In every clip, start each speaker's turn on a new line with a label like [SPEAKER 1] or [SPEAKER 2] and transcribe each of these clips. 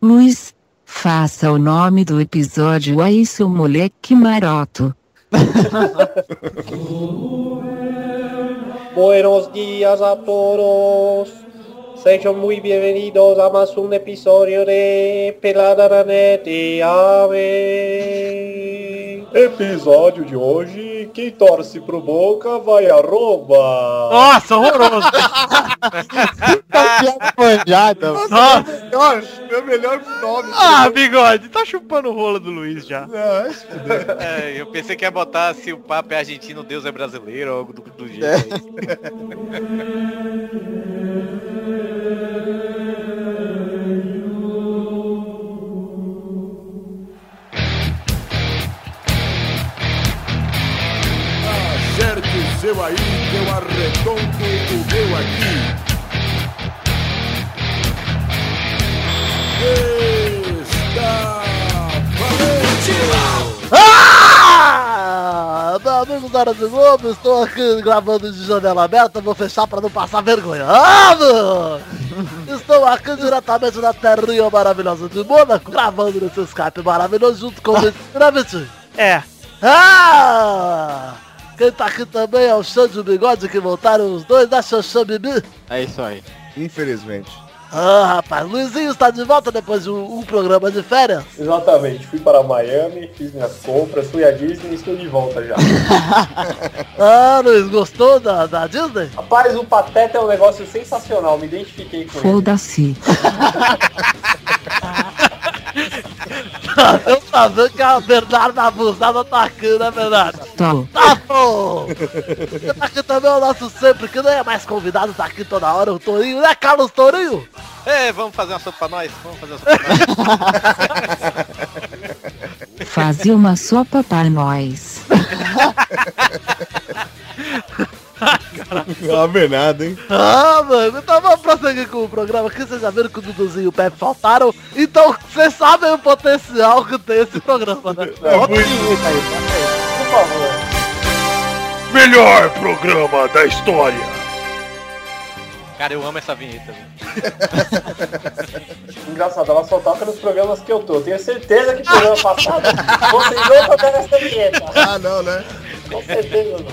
[SPEAKER 1] Luiz, faça o nome do episódio aí seu moleque maroto.
[SPEAKER 2] Buenos días a todos. Sejam muito bem-vindos a mais um episódio de Pelada na Net. Amém.
[SPEAKER 3] Episódio de hoje, quem torce pro Boca vai arroba.
[SPEAKER 4] Nossa, horroroso.
[SPEAKER 5] Manjada.
[SPEAKER 4] Nossa.
[SPEAKER 3] É Melhor, meu melhor nome. né?
[SPEAKER 4] Ah, bigode, tá chupando o rolo do Luiz já.
[SPEAKER 3] Não, isso-
[SPEAKER 6] É, eu pensei que ia botar se o papo é argentino, Deus é brasileiro, algo do, do jeito. aí.
[SPEAKER 7] Acerte o seu aí, que eu arredondo o meu aqui. Está valente!
[SPEAKER 5] Ah! Meu amigo Dora de Globo, estou aqui gravando de janela aberta, vou fechar pra não passar vergonha. Ah, meu! Estou aqui diretamente da terrinha maravilhosa de Mônaco, gravando nesse Skype maravilhoso junto com o Vinicius Gravity.
[SPEAKER 4] É.
[SPEAKER 5] Ah! Quem tá aqui também é o Xande e o Bigode, que voltaram os dois da Xanxã Bibi.
[SPEAKER 8] É isso aí.
[SPEAKER 3] Infelizmente.
[SPEAKER 5] Ah, rapaz, Luizinho está de volta depois de um, um programa de férias.
[SPEAKER 3] Exatamente, fui para Miami, fiz minhas compras, fui à Disney e estou de volta já.
[SPEAKER 5] Ah, Luiz, gostou da, da Disney?
[SPEAKER 2] Rapaz, o Pateta é um negócio sensacional. Me identifiquei com ele.
[SPEAKER 1] Foda-se.
[SPEAKER 5] Eu tá vendo que a Bernarda abusada tá aqui, né, Bernarda?
[SPEAKER 1] Tô.
[SPEAKER 5] Tá bom! E tá aqui também o nosso sempre, que não é mais convidado, tá aqui toda hora, o Torinho, né, Carlos Torinho?
[SPEAKER 6] É, vamos fazer uma sopa pra nós? Vamos fazer uma sopa pra nós?
[SPEAKER 1] Fazer uma sopa pra nós.
[SPEAKER 3] Não abre nada, hein?
[SPEAKER 5] Ah, mano, então vamos prosseguir com o programa, que vocês já viram que o Duduzinho e o Pepe faltaram, então vocês sabem o potencial que tem esse programa, né?
[SPEAKER 3] É muito...
[SPEAKER 2] Por favor.
[SPEAKER 7] Melhor programa da história!
[SPEAKER 6] Cara, eu amo essa vinheta. velho.
[SPEAKER 2] Engraçado, ela só toca nos programas que eu tô. Tenho certeza que programa passado vocês não tocaram essa vinheta.
[SPEAKER 3] Ah, não, né?
[SPEAKER 2] Com certeza não.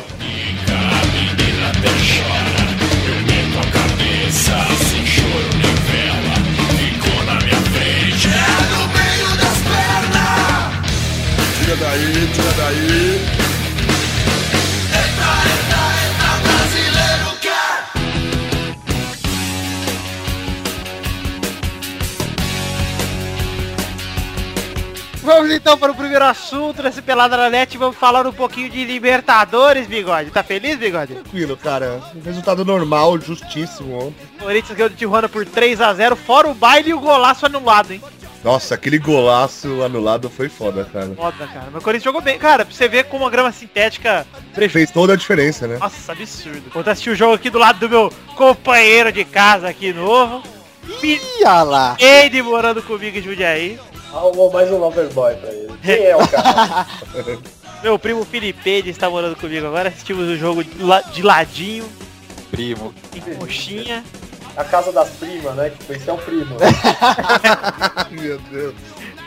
[SPEAKER 7] Tira daí, tira daí!
[SPEAKER 4] Vamos então para o primeiro assunto desse Pelada na Net. Vamos falar um pouquinho de Libertadores, bigode. Tá feliz, bigode?
[SPEAKER 3] Tranquilo, cara. Resultado normal, justíssimo ontem.
[SPEAKER 4] Corinthians ganhou do Tijuana por 3x0, fora o baile e o golaço anulado, hein?
[SPEAKER 3] Nossa, aquele golaço anulado foi foda, cara.
[SPEAKER 4] Foda, cara. Mas o Corinthians jogou bem. Cara, pra você ver como a grama sintética...
[SPEAKER 3] Fez toda a diferença, né?
[SPEAKER 4] Nossa, absurdo. Vou assistir o jogo aqui do lado do meu companheiro de casa aqui novo.
[SPEAKER 8] Ia lá.
[SPEAKER 4] Ele morando comigo em Jundiaí.
[SPEAKER 2] Arrumou mais um Loverboy pra ele. Quem é o cara?
[SPEAKER 4] Meu primo Felipe ele está morando comigo agora. Assistimos o jogo de la- de ladinho,
[SPEAKER 8] Primo.
[SPEAKER 4] em coxinha.
[SPEAKER 2] A casa das primas, né? Tipo, esse é o primo.
[SPEAKER 3] Meu Deus.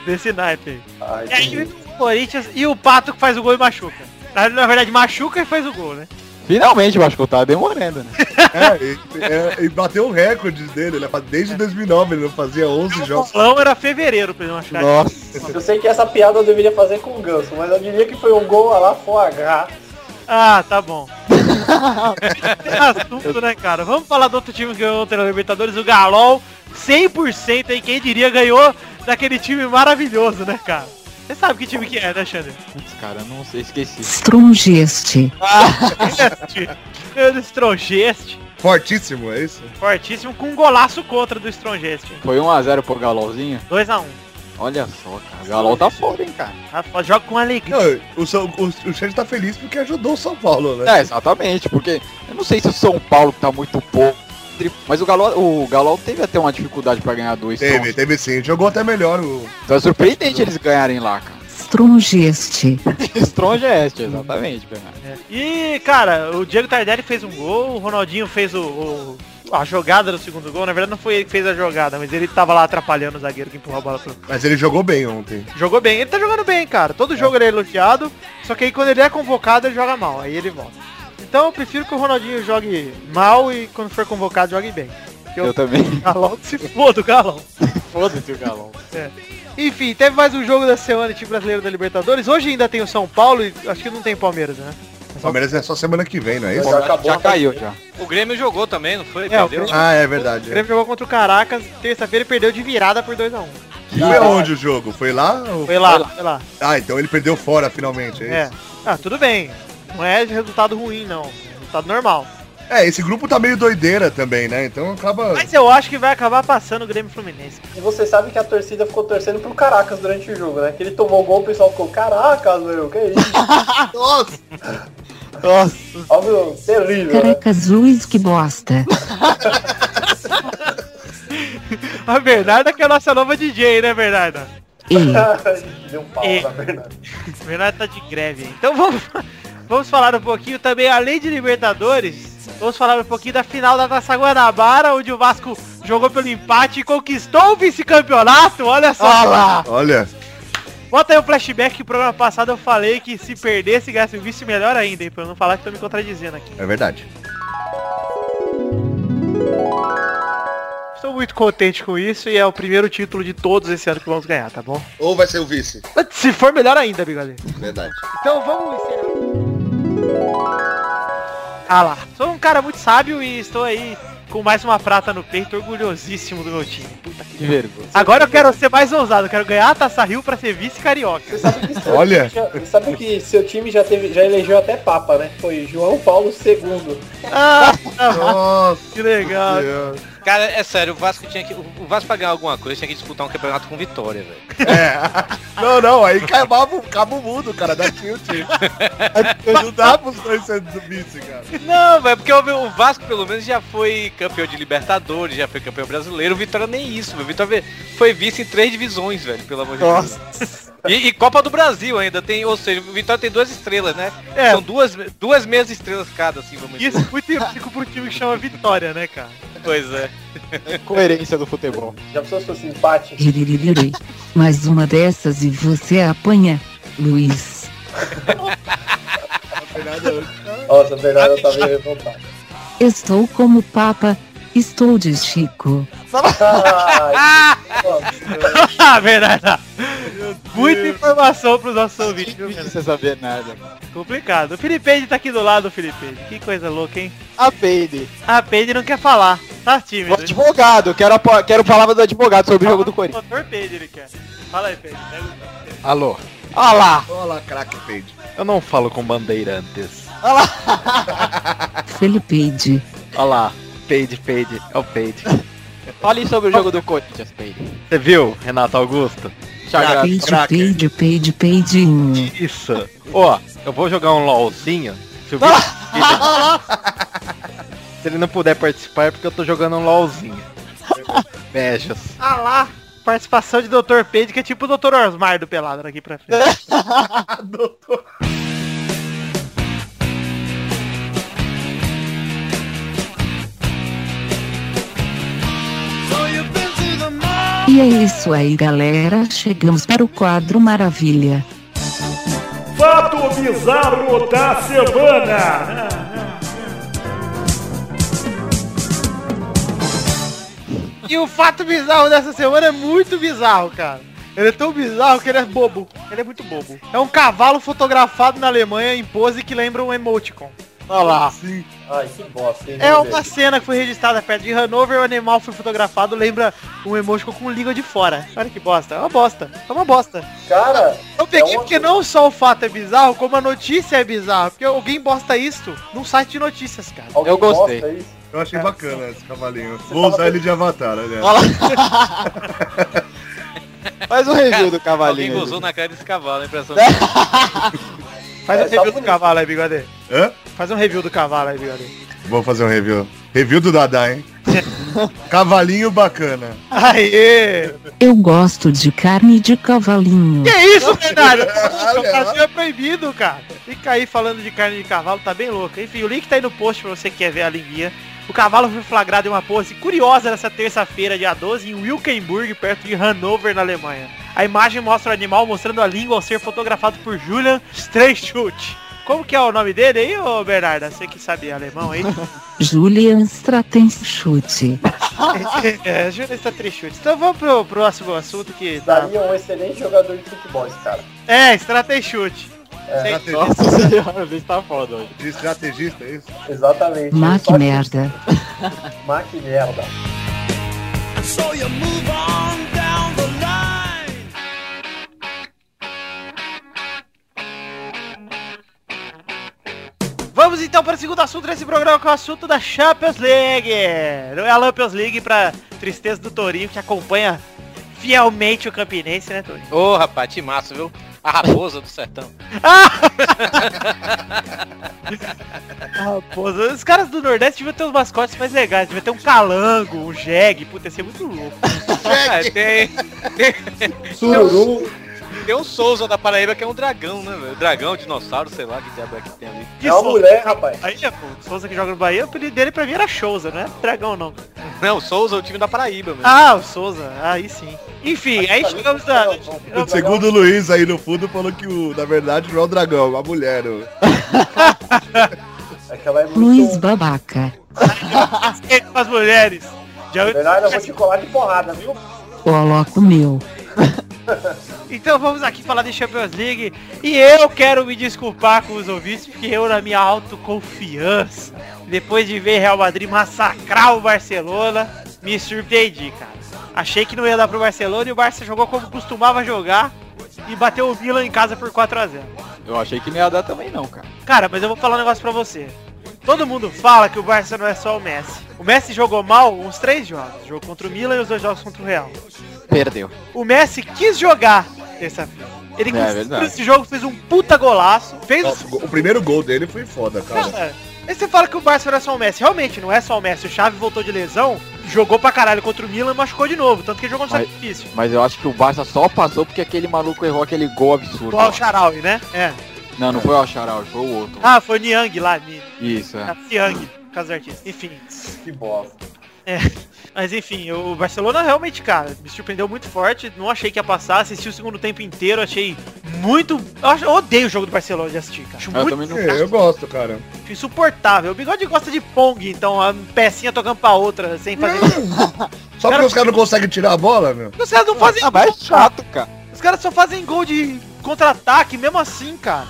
[SPEAKER 4] desse naipe aí.
[SPEAKER 2] Ai,
[SPEAKER 4] E aí o Corinthians e o Pato que faz o gol e machuca. Na, na verdade, machuca e faz o gol, né?
[SPEAKER 8] Finalmente, Vasco, tá demorando, né?
[SPEAKER 3] É, e, é, e bateu recordes dele, né? Desde 2009 ele não fazia 11
[SPEAKER 4] O
[SPEAKER 3] jogos.
[SPEAKER 4] bolão era fevereiro pra ele machucar.
[SPEAKER 8] Nossa.
[SPEAKER 2] Eu sei que essa piada eu deveria fazer com o Ganso, mas eu diria que foi um gol a lá foi H.
[SPEAKER 4] Ah, tá bom. Tem assunto, né, cara? Vamos falar do outro time que ganhou ontem na Libertadores, o Galol. 100% aí, quem diria, ganhou daquele time maravilhoso, né, cara? Você sabe que time que é, né, Xander?
[SPEAKER 8] Putz, cara, não sei, esqueci.
[SPEAKER 1] Strungeste.
[SPEAKER 4] Ganhou do Strongest,
[SPEAKER 3] Fortíssimo, é isso?
[SPEAKER 4] fortíssimo, com um golaço contra do Strongest. hein?
[SPEAKER 8] Foi 1x0 pro Galolzinho?
[SPEAKER 4] 2x1.
[SPEAKER 8] Olha só, cara. O Galol tá foda, hein, cara.
[SPEAKER 4] Rafa, Joga com alegria.
[SPEAKER 3] Não, o, São- o, o Xande tá feliz porque ajudou o São Paulo, né?
[SPEAKER 8] É, exatamente, porque eu não sei se o São Paulo tá muito pouco. Mas o Galol, o Galol teve até uma dificuldade pra ganhar dois
[SPEAKER 3] Teve,
[SPEAKER 8] pontos.
[SPEAKER 3] teve sim. Jogou até melhor o.
[SPEAKER 8] Então é surpreendente eles ganharem lá, cara.
[SPEAKER 1] Strungeste.
[SPEAKER 8] Strongest, exatamente, Bernardo.
[SPEAKER 4] E, cara, o Diego Tardelli fez um gol, o Ronaldinho fez o, o- a jogada do segundo gol, na verdade não foi ele que fez a jogada, mas ele tava lá atrapalhando o zagueiro que empurrou a bola pro.
[SPEAKER 9] Mas ele jogou bem ontem.
[SPEAKER 4] Jogou bem, ele tá jogando bem, cara. Todo jogo ele é elogiado, só que aí quando ele é convocado ele joga mal, aí ele volta. Então eu prefiro que o Ronaldinho jogue mal e quando for convocado jogue bem.
[SPEAKER 8] Eu, também.
[SPEAKER 4] Galão que se foda o galão.
[SPEAKER 6] Foda-se o Galão.
[SPEAKER 4] É. Enfim, teve mais um jogo da semana de time brasileiro da Libertadores. Hoje ainda tem o São Paulo e acho que não tem Palmeiras, né?
[SPEAKER 9] O Palmeiras é só semana que vem, não é isso?
[SPEAKER 3] Já acabou.
[SPEAKER 8] Já caiu, já.
[SPEAKER 6] O Grêmio jogou também, não foi?
[SPEAKER 4] É, o
[SPEAKER 6] Perdeu?
[SPEAKER 9] Ah, é
[SPEAKER 4] O
[SPEAKER 9] verdade.
[SPEAKER 4] Grêmio jogou contra o Caracas, terça-feira e perdeu de virada por 2x1.
[SPEAKER 9] Foi aonde o jogo? Foi lá? ou-
[SPEAKER 4] Foi lá, foi lá.
[SPEAKER 9] Ah, então ele perdeu fora finalmente. É,
[SPEAKER 4] É.
[SPEAKER 9] isso?
[SPEAKER 4] Ah, tudo bem. Não é de resultado ruim, não. Resultado normal.
[SPEAKER 9] é, esse grupo tá meio doideira também, né? Então acaba.
[SPEAKER 4] Mas eu acho que vai acabar passando o Grêmio Fluminense.
[SPEAKER 2] E você sabe que a torcida ficou torcendo pro Caracas durante o jogo, né? Que ele tomou o gol, o pessoal ficou, Caracas, meu, que isso?
[SPEAKER 5] Nossa,
[SPEAKER 2] Óbvio, terrível, né?
[SPEAKER 1] Caracas Luiz, que bosta.
[SPEAKER 4] A Bernarda que é a nossa nova DJ, né, Bernarda?
[SPEAKER 1] Ei,
[SPEAKER 2] Deu um pau,
[SPEAKER 4] E-
[SPEAKER 2] na verdade.
[SPEAKER 4] O Bernardo tá de greve. hein? Então vamos, vamos falar um pouquinho também, além de Libertadores, vamos falar um pouquinho da final da Taça Guanabara, onde o Vasco jogou pelo empate e conquistou o vice-campeonato. Olha só.
[SPEAKER 9] Olha,
[SPEAKER 4] Bota aí o flashback que o programa passado eu falei que se perdesse e ganhasse o vice, melhor ainda, hein? Pra eu não falar que tô me contradizendo aqui.
[SPEAKER 9] é verdade.
[SPEAKER 4] Estou muito contente com isso e é o primeiro título de todos esse ano que vamos ganhar, tá bom?
[SPEAKER 9] Ou vai ser o vice?
[SPEAKER 4] Se for melhor ainda, Bigode.
[SPEAKER 9] Verdade.
[SPEAKER 4] Então vamos encerrar. Ah lá, sou um cara muito sábio e estou aí com mais uma prata no peito, orgulhosíssimo do meu time.
[SPEAKER 8] Que vergonha.
[SPEAKER 4] Agora eu quero ser mais ousado, eu quero ganhar a Taça Rio pra ser vice-carioca.
[SPEAKER 2] Você sabe que seu,
[SPEAKER 9] Olha.
[SPEAKER 2] já- sabe que seu time já, teve, já elegeu até Papa, né? Foi João Paulo II.
[SPEAKER 4] Ah,
[SPEAKER 9] Nossa.
[SPEAKER 4] que legal.
[SPEAKER 6] Cara, é sério, o Vasco tinha que. O Vasco pra ganhar alguma coisa tinha que disputar um campeonato com vitória, velho.
[SPEAKER 9] É. Não, não, aí acabava, acaba o mundo, cara, da tilt. Não dá pros dois sendo do vice, cara.
[SPEAKER 6] Não, velho, porque o o Vasco pelo menos já foi campeão de Libertadores, já foi campeão brasileiro. O Vitória nem isso, velho. O Vitória foi vice em três divisões, velho, pelo amor de Deus.
[SPEAKER 8] Nossa.
[SPEAKER 6] E, e Copa do Brasil ainda tem, ou seja, o Vitória tem duas estrelas, né?
[SPEAKER 4] É.
[SPEAKER 6] São duas, duas meias estrelas cada, assim, vamos dizer.
[SPEAKER 4] Isso é muito típico pro time que chama Vitória, né, cara?
[SPEAKER 6] Pois é.
[SPEAKER 8] Coerência do futebol.
[SPEAKER 2] Já pensou se fosse empate?
[SPEAKER 1] riririri. Mais uma dessas e você apanha, Luiz.
[SPEAKER 2] Nossa, a Bernardo tá meio revoltado.
[SPEAKER 1] Estou como Papa, estou de Chico.
[SPEAKER 2] Ah,
[SPEAKER 4] Ah, verdade. Muita informação pros nossos ouvintes. viu,
[SPEAKER 8] Não
[SPEAKER 4] cara?
[SPEAKER 8] precisa saber nada.
[SPEAKER 4] Complicado. O Felipe tá aqui do lado, Felipe. Que coisa louca, hein?
[SPEAKER 8] A Peide.
[SPEAKER 4] Ah, Pedro não quer falar. Tá
[SPEAKER 8] O
[SPEAKER 4] tímido.
[SPEAKER 8] advogado. Quero, a pa- quero palavra do advogado sobre o jogo do Corinthians.
[SPEAKER 4] Motor Pedro ele quer. Fala aí, Pedro. Pega o-
[SPEAKER 9] Alô.
[SPEAKER 8] Ah lá.
[SPEAKER 9] Olha lá, craque, Page.
[SPEAKER 8] Eu não falo com bandeirantes.
[SPEAKER 1] Felipeide.
[SPEAKER 8] Olha lá. Peide, Peide. É o Peide. Fale sobre o jogo do Corinthians, Peide. Você viu, Renato Augusto?
[SPEAKER 1] Peide, peide, peide, peidinho.
[SPEAKER 10] Isso. Ó, eu vou jogar um LOLzinho. Se, o Vitor- Se ele não puder participar é porque eu tô jogando um LOLzinho. Beijos.
[SPEAKER 4] Ah lá. Participação de Dr. Pedro, que é tipo o Dr. Osmar do Pelado daqui pra frente.
[SPEAKER 1] E é isso aí, galera. Chegamos para o quadro Maravilha.
[SPEAKER 7] Fato bizarro da semana.
[SPEAKER 4] E o fato bizarro dessa semana é muito bizarro, cara. Ele é tão bizarro que ele é bobo. Ele é muito bobo. É um cavalo fotografado na Alemanha em pose que lembra um emoticon.
[SPEAKER 8] Olha lá.
[SPEAKER 2] Ai, que bosta, hein?
[SPEAKER 4] É
[SPEAKER 2] meu
[SPEAKER 4] uma cena que foi registrada perto de Hanover, o animal foi fotografado, lembra um emoticon com língua de fora. Olha que bosta, é uma bosta, é uma bosta.
[SPEAKER 2] Deus. Cara,
[SPEAKER 4] Eu peguei
[SPEAKER 2] É um-
[SPEAKER 4] porque não só o fato é bizarro, como a notícia é bizarra. Porque alguém bosta isso num site de notícias, cara.
[SPEAKER 2] alguém
[SPEAKER 8] Eu gostei.
[SPEAKER 2] gosta disso?
[SPEAKER 9] Eu
[SPEAKER 10] É.
[SPEAKER 9] achei bacana esse cavalinho. Vou usar ele de avatar, aliás.
[SPEAKER 8] Faz um review do
[SPEAKER 6] Alguém
[SPEAKER 8] cavalinho. aí.
[SPEAKER 6] gozou na cara desse cavalo, a impressão.
[SPEAKER 4] Faz
[SPEAKER 2] É,
[SPEAKER 4] um
[SPEAKER 2] tá
[SPEAKER 4] review do
[SPEAKER 2] bonito.
[SPEAKER 4] cavalo aí, bigode.
[SPEAKER 9] Hã?
[SPEAKER 4] Faz um review do cavalo aí, bigode.
[SPEAKER 9] Vou fazer um review. Review do Dadá, hein? Cavalinho bacana.
[SPEAKER 4] Aê!
[SPEAKER 1] Eu gosto de carne de cavalinho.
[SPEAKER 4] Que isso, verdade? O
[SPEAKER 9] Olha,
[SPEAKER 4] Brasil é proibido, cara. Fica aí falando de carne de cavalo, tá bem louco. Enfim, o link tá aí no post pra você que quer ver a linguinha. O cavalo foi flagrado em uma pose curiosa nessa terça-feira, dia 12, em Wilkenburg, perto de Hannover, na Alemanha. A imagem mostra o animal mostrando a língua ao ser fotografado por Julian Streichut. Como que é o nome dele aí, ô Bernarda? Você que sabe alemão aí.
[SPEAKER 1] Julian Stratenschut.
[SPEAKER 4] é, Julian Streichut. Então vamos pro próximo assunto que... Tá...
[SPEAKER 2] Daria um excelente jogador de futebol, esse cara.
[SPEAKER 4] É, Stratenschut.
[SPEAKER 3] É,
[SPEAKER 4] Sei-
[SPEAKER 3] estrategista,
[SPEAKER 10] senhora, o bicho tá foda hoje.
[SPEAKER 3] de estrategista, é isso?
[SPEAKER 2] Exatamente.
[SPEAKER 1] Mac
[SPEAKER 2] Só que-
[SPEAKER 1] merda.
[SPEAKER 2] Mac merda.
[SPEAKER 4] Vamos então para o segundo assunto desse programa, que é o assunto da Champions League. Não é a Champions League para tristeza do Torinho, que acompanha fielmente o Campinense, né, Torinho?
[SPEAKER 6] Ô, rapaz, te massa, viu? A raposa do sertão.
[SPEAKER 4] Ah, pô, os caras do Nordeste deviam ter uns mascotes mais legais. Devia ter um calango, um jegue. Puta, ia ser muito louco.
[SPEAKER 6] É, tem,
[SPEAKER 2] Sururu.
[SPEAKER 6] tem um Souza da Paraíba que é um dragão, né, velho? Dragão, dinossauro, sei lá que diabo é que tem ali.
[SPEAKER 4] Que
[SPEAKER 2] É uma
[SPEAKER 4] Souza-
[SPEAKER 2] mulher, rapaz.
[SPEAKER 4] Bahia, pô. O Souza que joga no Bahia, o apelido dele pra mim era Souza, não é Dragão, não.
[SPEAKER 6] Não, Souza é o time da Paraíba, mesmo.
[SPEAKER 4] Ah, o Souza. Aí sim. Enfim, aí chegamos na...
[SPEAKER 2] Não,
[SPEAKER 9] O segundo o Luiz aí no fundo falou que, o, na verdade, não é o dragão, é uma mulher. o-
[SPEAKER 2] É que ela é muito...
[SPEAKER 1] Luiz Babaca.
[SPEAKER 4] com as mulheres. Já...
[SPEAKER 2] Bernardo, eu vou te colar de porrada, viu?
[SPEAKER 1] Coloco meu.
[SPEAKER 4] Então vamos aqui falar de Champions League e eu quero me desculpar com os ouvintes porque eu na minha autoconfiança, depois de ver Real Madrid massacrar o Barcelona, me surpreendi, cara. Achei que não ia dar pro Barcelona e o Barça jogou como costumava jogar e bateu o Milan em casa por 4 a 0.
[SPEAKER 8] né? Eu achei que não ia dar também não, cara.
[SPEAKER 4] Cara, mas eu vou falar um negócio pra você. Todo mundo fala que o Barça não é só o Messi. O Messi jogou mal uns três jogos. Jogo contra o Milan e os dois jogos contra o Real.
[SPEAKER 8] Perdeu.
[SPEAKER 4] O Messi quis jogar terça-feira. Ele
[SPEAKER 8] É
[SPEAKER 4] quis
[SPEAKER 8] verdade.
[SPEAKER 4] esse jogo, fez um puta golaço. Fez
[SPEAKER 9] Nossa, o go- o primeiro gol dele foi foda, cara.
[SPEAKER 4] Cara, é. aí você fala que o Barça não é só o Messi. Realmente, não é só o Messi. O Xavi voltou de lesão, jogou pra caralho contra o Milan e machucou de novo. Tanto que ele jogou no
[SPEAKER 8] Mas-
[SPEAKER 4] sacrifício.
[SPEAKER 8] Mas eu acho que o Barça só passou porque aquele maluco errou aquele gol absurdo.
[SPEAKER 4] Do Al-Sharawi, né? É.
[SPEAKER 8] Não, não foi o Alcharal, foi o outro.
[SPEAKER 4] Ah, foi o Niang lá. Ni-
[SPEAKER 8] Isso, é.
[SPEAKER 4] Niang, por causa do artista. Enfim.
[SPEAKER 2] Que bosta.
[SPEAKER 4] Mas enfim, o Barcelona realmente, cara, me surpreendeu muito forte. Não achei que ia passar. Assisti o segundo tempo inteiro. Achei muito... Eu acho- eu odeio o jogo do Barcelona de assistir, cara. Acho
[SPEAKER 8] Eu
[SPEAKER 4] muito
[SPEAKER 8] também não
[SPEAKER 9] É, eu gosto, cara.
[SPEAKER 4] insuportável. O Bigode gosta de Pong, então a pecinha tocando pra outra, sem fazer...
[SPEAKER 9] Só porque os caras não conseguem tirar a bola, meu.
[SPEAKER 4] Os caras não fazem
[SPEAKER 8] Ah, mas é chato, cara.
[SPEAKER 4] Os caras só fazem gol de contra-ataque, mesmo assim, cara.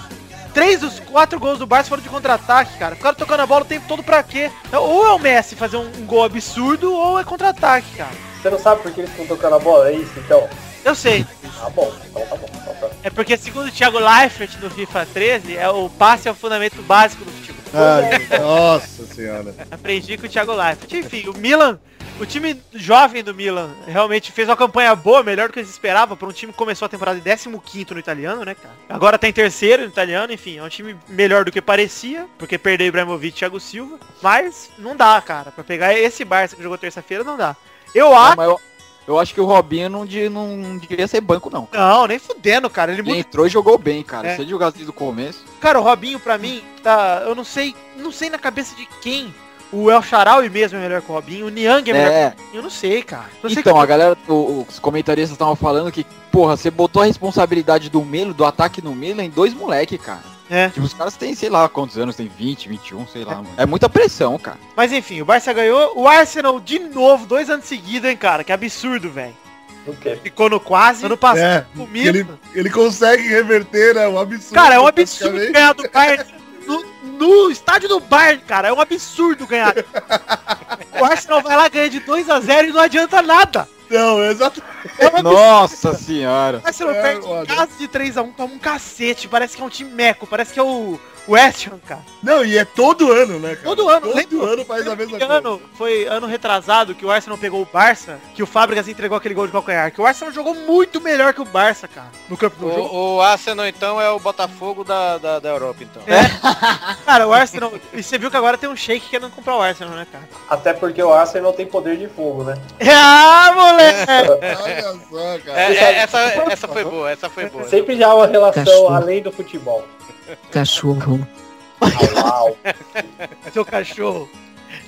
[SPEAKER 4] Três dos quatro gols do Barça foram de contra-ataque, cara. Ficaram tocando a bola o tempo todo pra quê? Ou é o Messi fazer um, um gol absurdo, ou é contra-ataque, cara.
[SPEAKER 2] Você não sabe por que eles estão tocando a bola, é isso? Então,
[SPEAKER 4] Eu sei.
[SPEAKER 2] tá bom. Então tá bom. Então, tá bom.
[SPEAKER 4] É porque, segundo o Thiago Leifert, do FIFA 13, é o passe é o fundamento básico do futebol.
[SPEAKER 9] Ai, nossa senhora.
[SPEAKER 4] Aprendi com o Thiago Leifert. Enfim, o Milan, o time jovem do Milan, realmente fez uma campanha boa, melhor do que se esperava, para um time que começou a temporada em 15 no italiano, né, cara? Agora tá em terceiro no italiano, enfim, é um time melhor do que parecia, porque perdeu o Ibrahimovic e Thiago Silva, mas não dá, cara, para pegar esse Barça que jogou terça-feira, não dá. Eu
[SPEAKER 8] Ah,
[SPEAKER 4] acho...
[SPEAKER 8] mas eu, eu acho que o Robinho não, de- não devia ser banco, não.
[SPEAKER 4] Não, nem fudendo, cara. Ele
[SPEAKER 8] Ele
[SPEAKER 4] muda.
[SPEAKER 8] entrou e jogou bem, cara.
[SPEAKER 4] É.
[SPEAKER 8] Se ele jogasse desde o começo...
[SPEAKER 4] Cara, o Robinho, pra mim, tá. Eu não sei. Não sei na cabeça de quem. O El Charaui mesmo é melhor que o Robinho. O Niang é melhor
[SPEAKER 8] É,
[SPEAKER 4] que o Robinho. Eu não sei, cara. Não sei
[SPEAKER 8] então,
[SPEAKER 4] que-
[SPEAKER 8] a galera, o- os comentaristas estavam falando que, porra, você botou a responsabilidade do Melo, do ataque no Melo, em dois moleque, cara.
[SPEAKER 4] É.
[SPEAKER 8] Tipo, os caras têm, sei lá, quantos anos, tem 20, 21, sei lá, mano. É muita pressão, cara.
[SPEAKER 4] Mas enfim, o Barça ganhou. O Arsenal de novo, dois anos seguidos, hein, cara. Que absurdo, velho.
[SPEAKER 2] Por quê?
[SPEAKER 4] Ficou no quase. Ano passado,
[SPEAKER 9] É,
[SPEAKER 4] comigo.
[SPEAKER 9] ele, ele consegue reverter, né? Um absurdo.
[SPEAKER 4] Cara, é um absurdo
[SPEAKER 9] praticamente.
[SPEAKER 4] ganhar do Bayern no, no estádio do Bayern, cara. É um absurdo ganhar. o Arsenal vai lá, ganha de 2 a 0 e não adianta nada.
[SPEAKER 9] Não, exatamente.
[SPEAKER 4] É um absurdo.
[SPEAKER 8] Nossa senhora.
[SPEAKER 4] O Arsenal
[SPEAKER 9] É,
[SPEAKER 4] perde em
[SPEAKER 9] olha.
[SPEAKER 4] casa de 3 a 1 toma um cacete. Parece que é um time meco. Parece que é o West Ham, cara.
[SPEAKER 9] Não, e é todo ano, né, cara?
[SPEAKER 4] Todo ano,
[SPEAKER 9] Todo
[SPEAKER 4] lembra?
[SPEAKER 9] ano faz a mesma
[SPEAKER 4] Que
[SPEAKER 9] coisa.
[SPEAKER 4] ano foi ano retrasado que o Arsenal pegou o Barça, que o Fábricas entregou aquele gol de calcanhar, que o Arsenal jogou muito melhor que o Barça, cara. No campo do jogo.
[SPEAKER 6] O, o Arsenal, então, é o Botafogo da, da, da Europa, então.
[SPEAKER 4] Cara, o Arsenal. E você viu que agora tem um shake querendo comprar o Arsenal, né, cara?
[SPEAKER 2] Até porque o Arsenal não tem poder de fogo, né?
[SPEAKER 9] É.
[SPEAKER 4] Ah, moleque!
[SPEAKER 9] Olha só, cara.
[SPEAKER 6] É, é, essa, essa foi boa, essa foi boa.
[SPEAKER 2] Sempre já há uma relação
[SPEAKER 1] Cachorro.
[SPEAKER 2] além do futebol. Ah,
[SPEAKER 1] Cachorro.
[SPEAKER 2] Au, au.
[SPEAKER 9] É
[SPEAKER 4] Seu cachorro.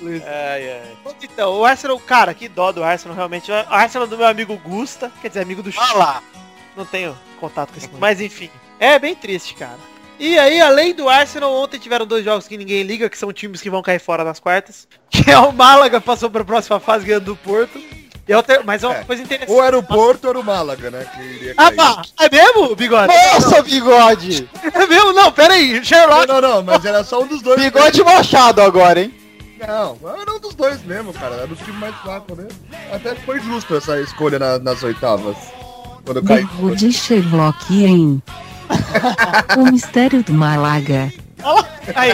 [SPEAKER 4] Ai, ai. Então, o Arsenal, cara, que dó do Arsenal, realmente. O Arsenal do meu amigo Gusta, quer dizer, amigo do Chico. lá. Não tenho contato com esse Mas enfim, é bem triste, cara. E aí, além do Arsenal, ontem tiveram dois jogos que ninguém liga, que são times que vão cair fora nas quartas. Que é o Málaga, passou pra próxima fase ganhando do Porto. E outra, mas é uma coisa interessante.
[SPEAKER 9] Ou era o Porto ou era o Málaga, né? Que iria
[SPEAKER 4] Ah,
[SPEAKER 9] cair.
[SPEAKER 4] pá, é mesmo, Bigode?
[SPEAKER 8] Nossa, bigode!
[SPEAKER 4] É mesmo? Não, pera aí, Sherlock.
[SPEAKER 9] Não, não, não, mas era só um dos dois.
[SPEAKER 8] Bigode Machado agora, hein?
[SPEAKER 9] Não, era um dos dois mesmo, cara. Era o time mais fraco, né? Até que foi justo essa escolha na- nas oitavas. Quando caiu.
[SPEAKER 1] Bigo de Sherlock, hein? o mistério do Málaga.
[SPEAKER 4] Aí,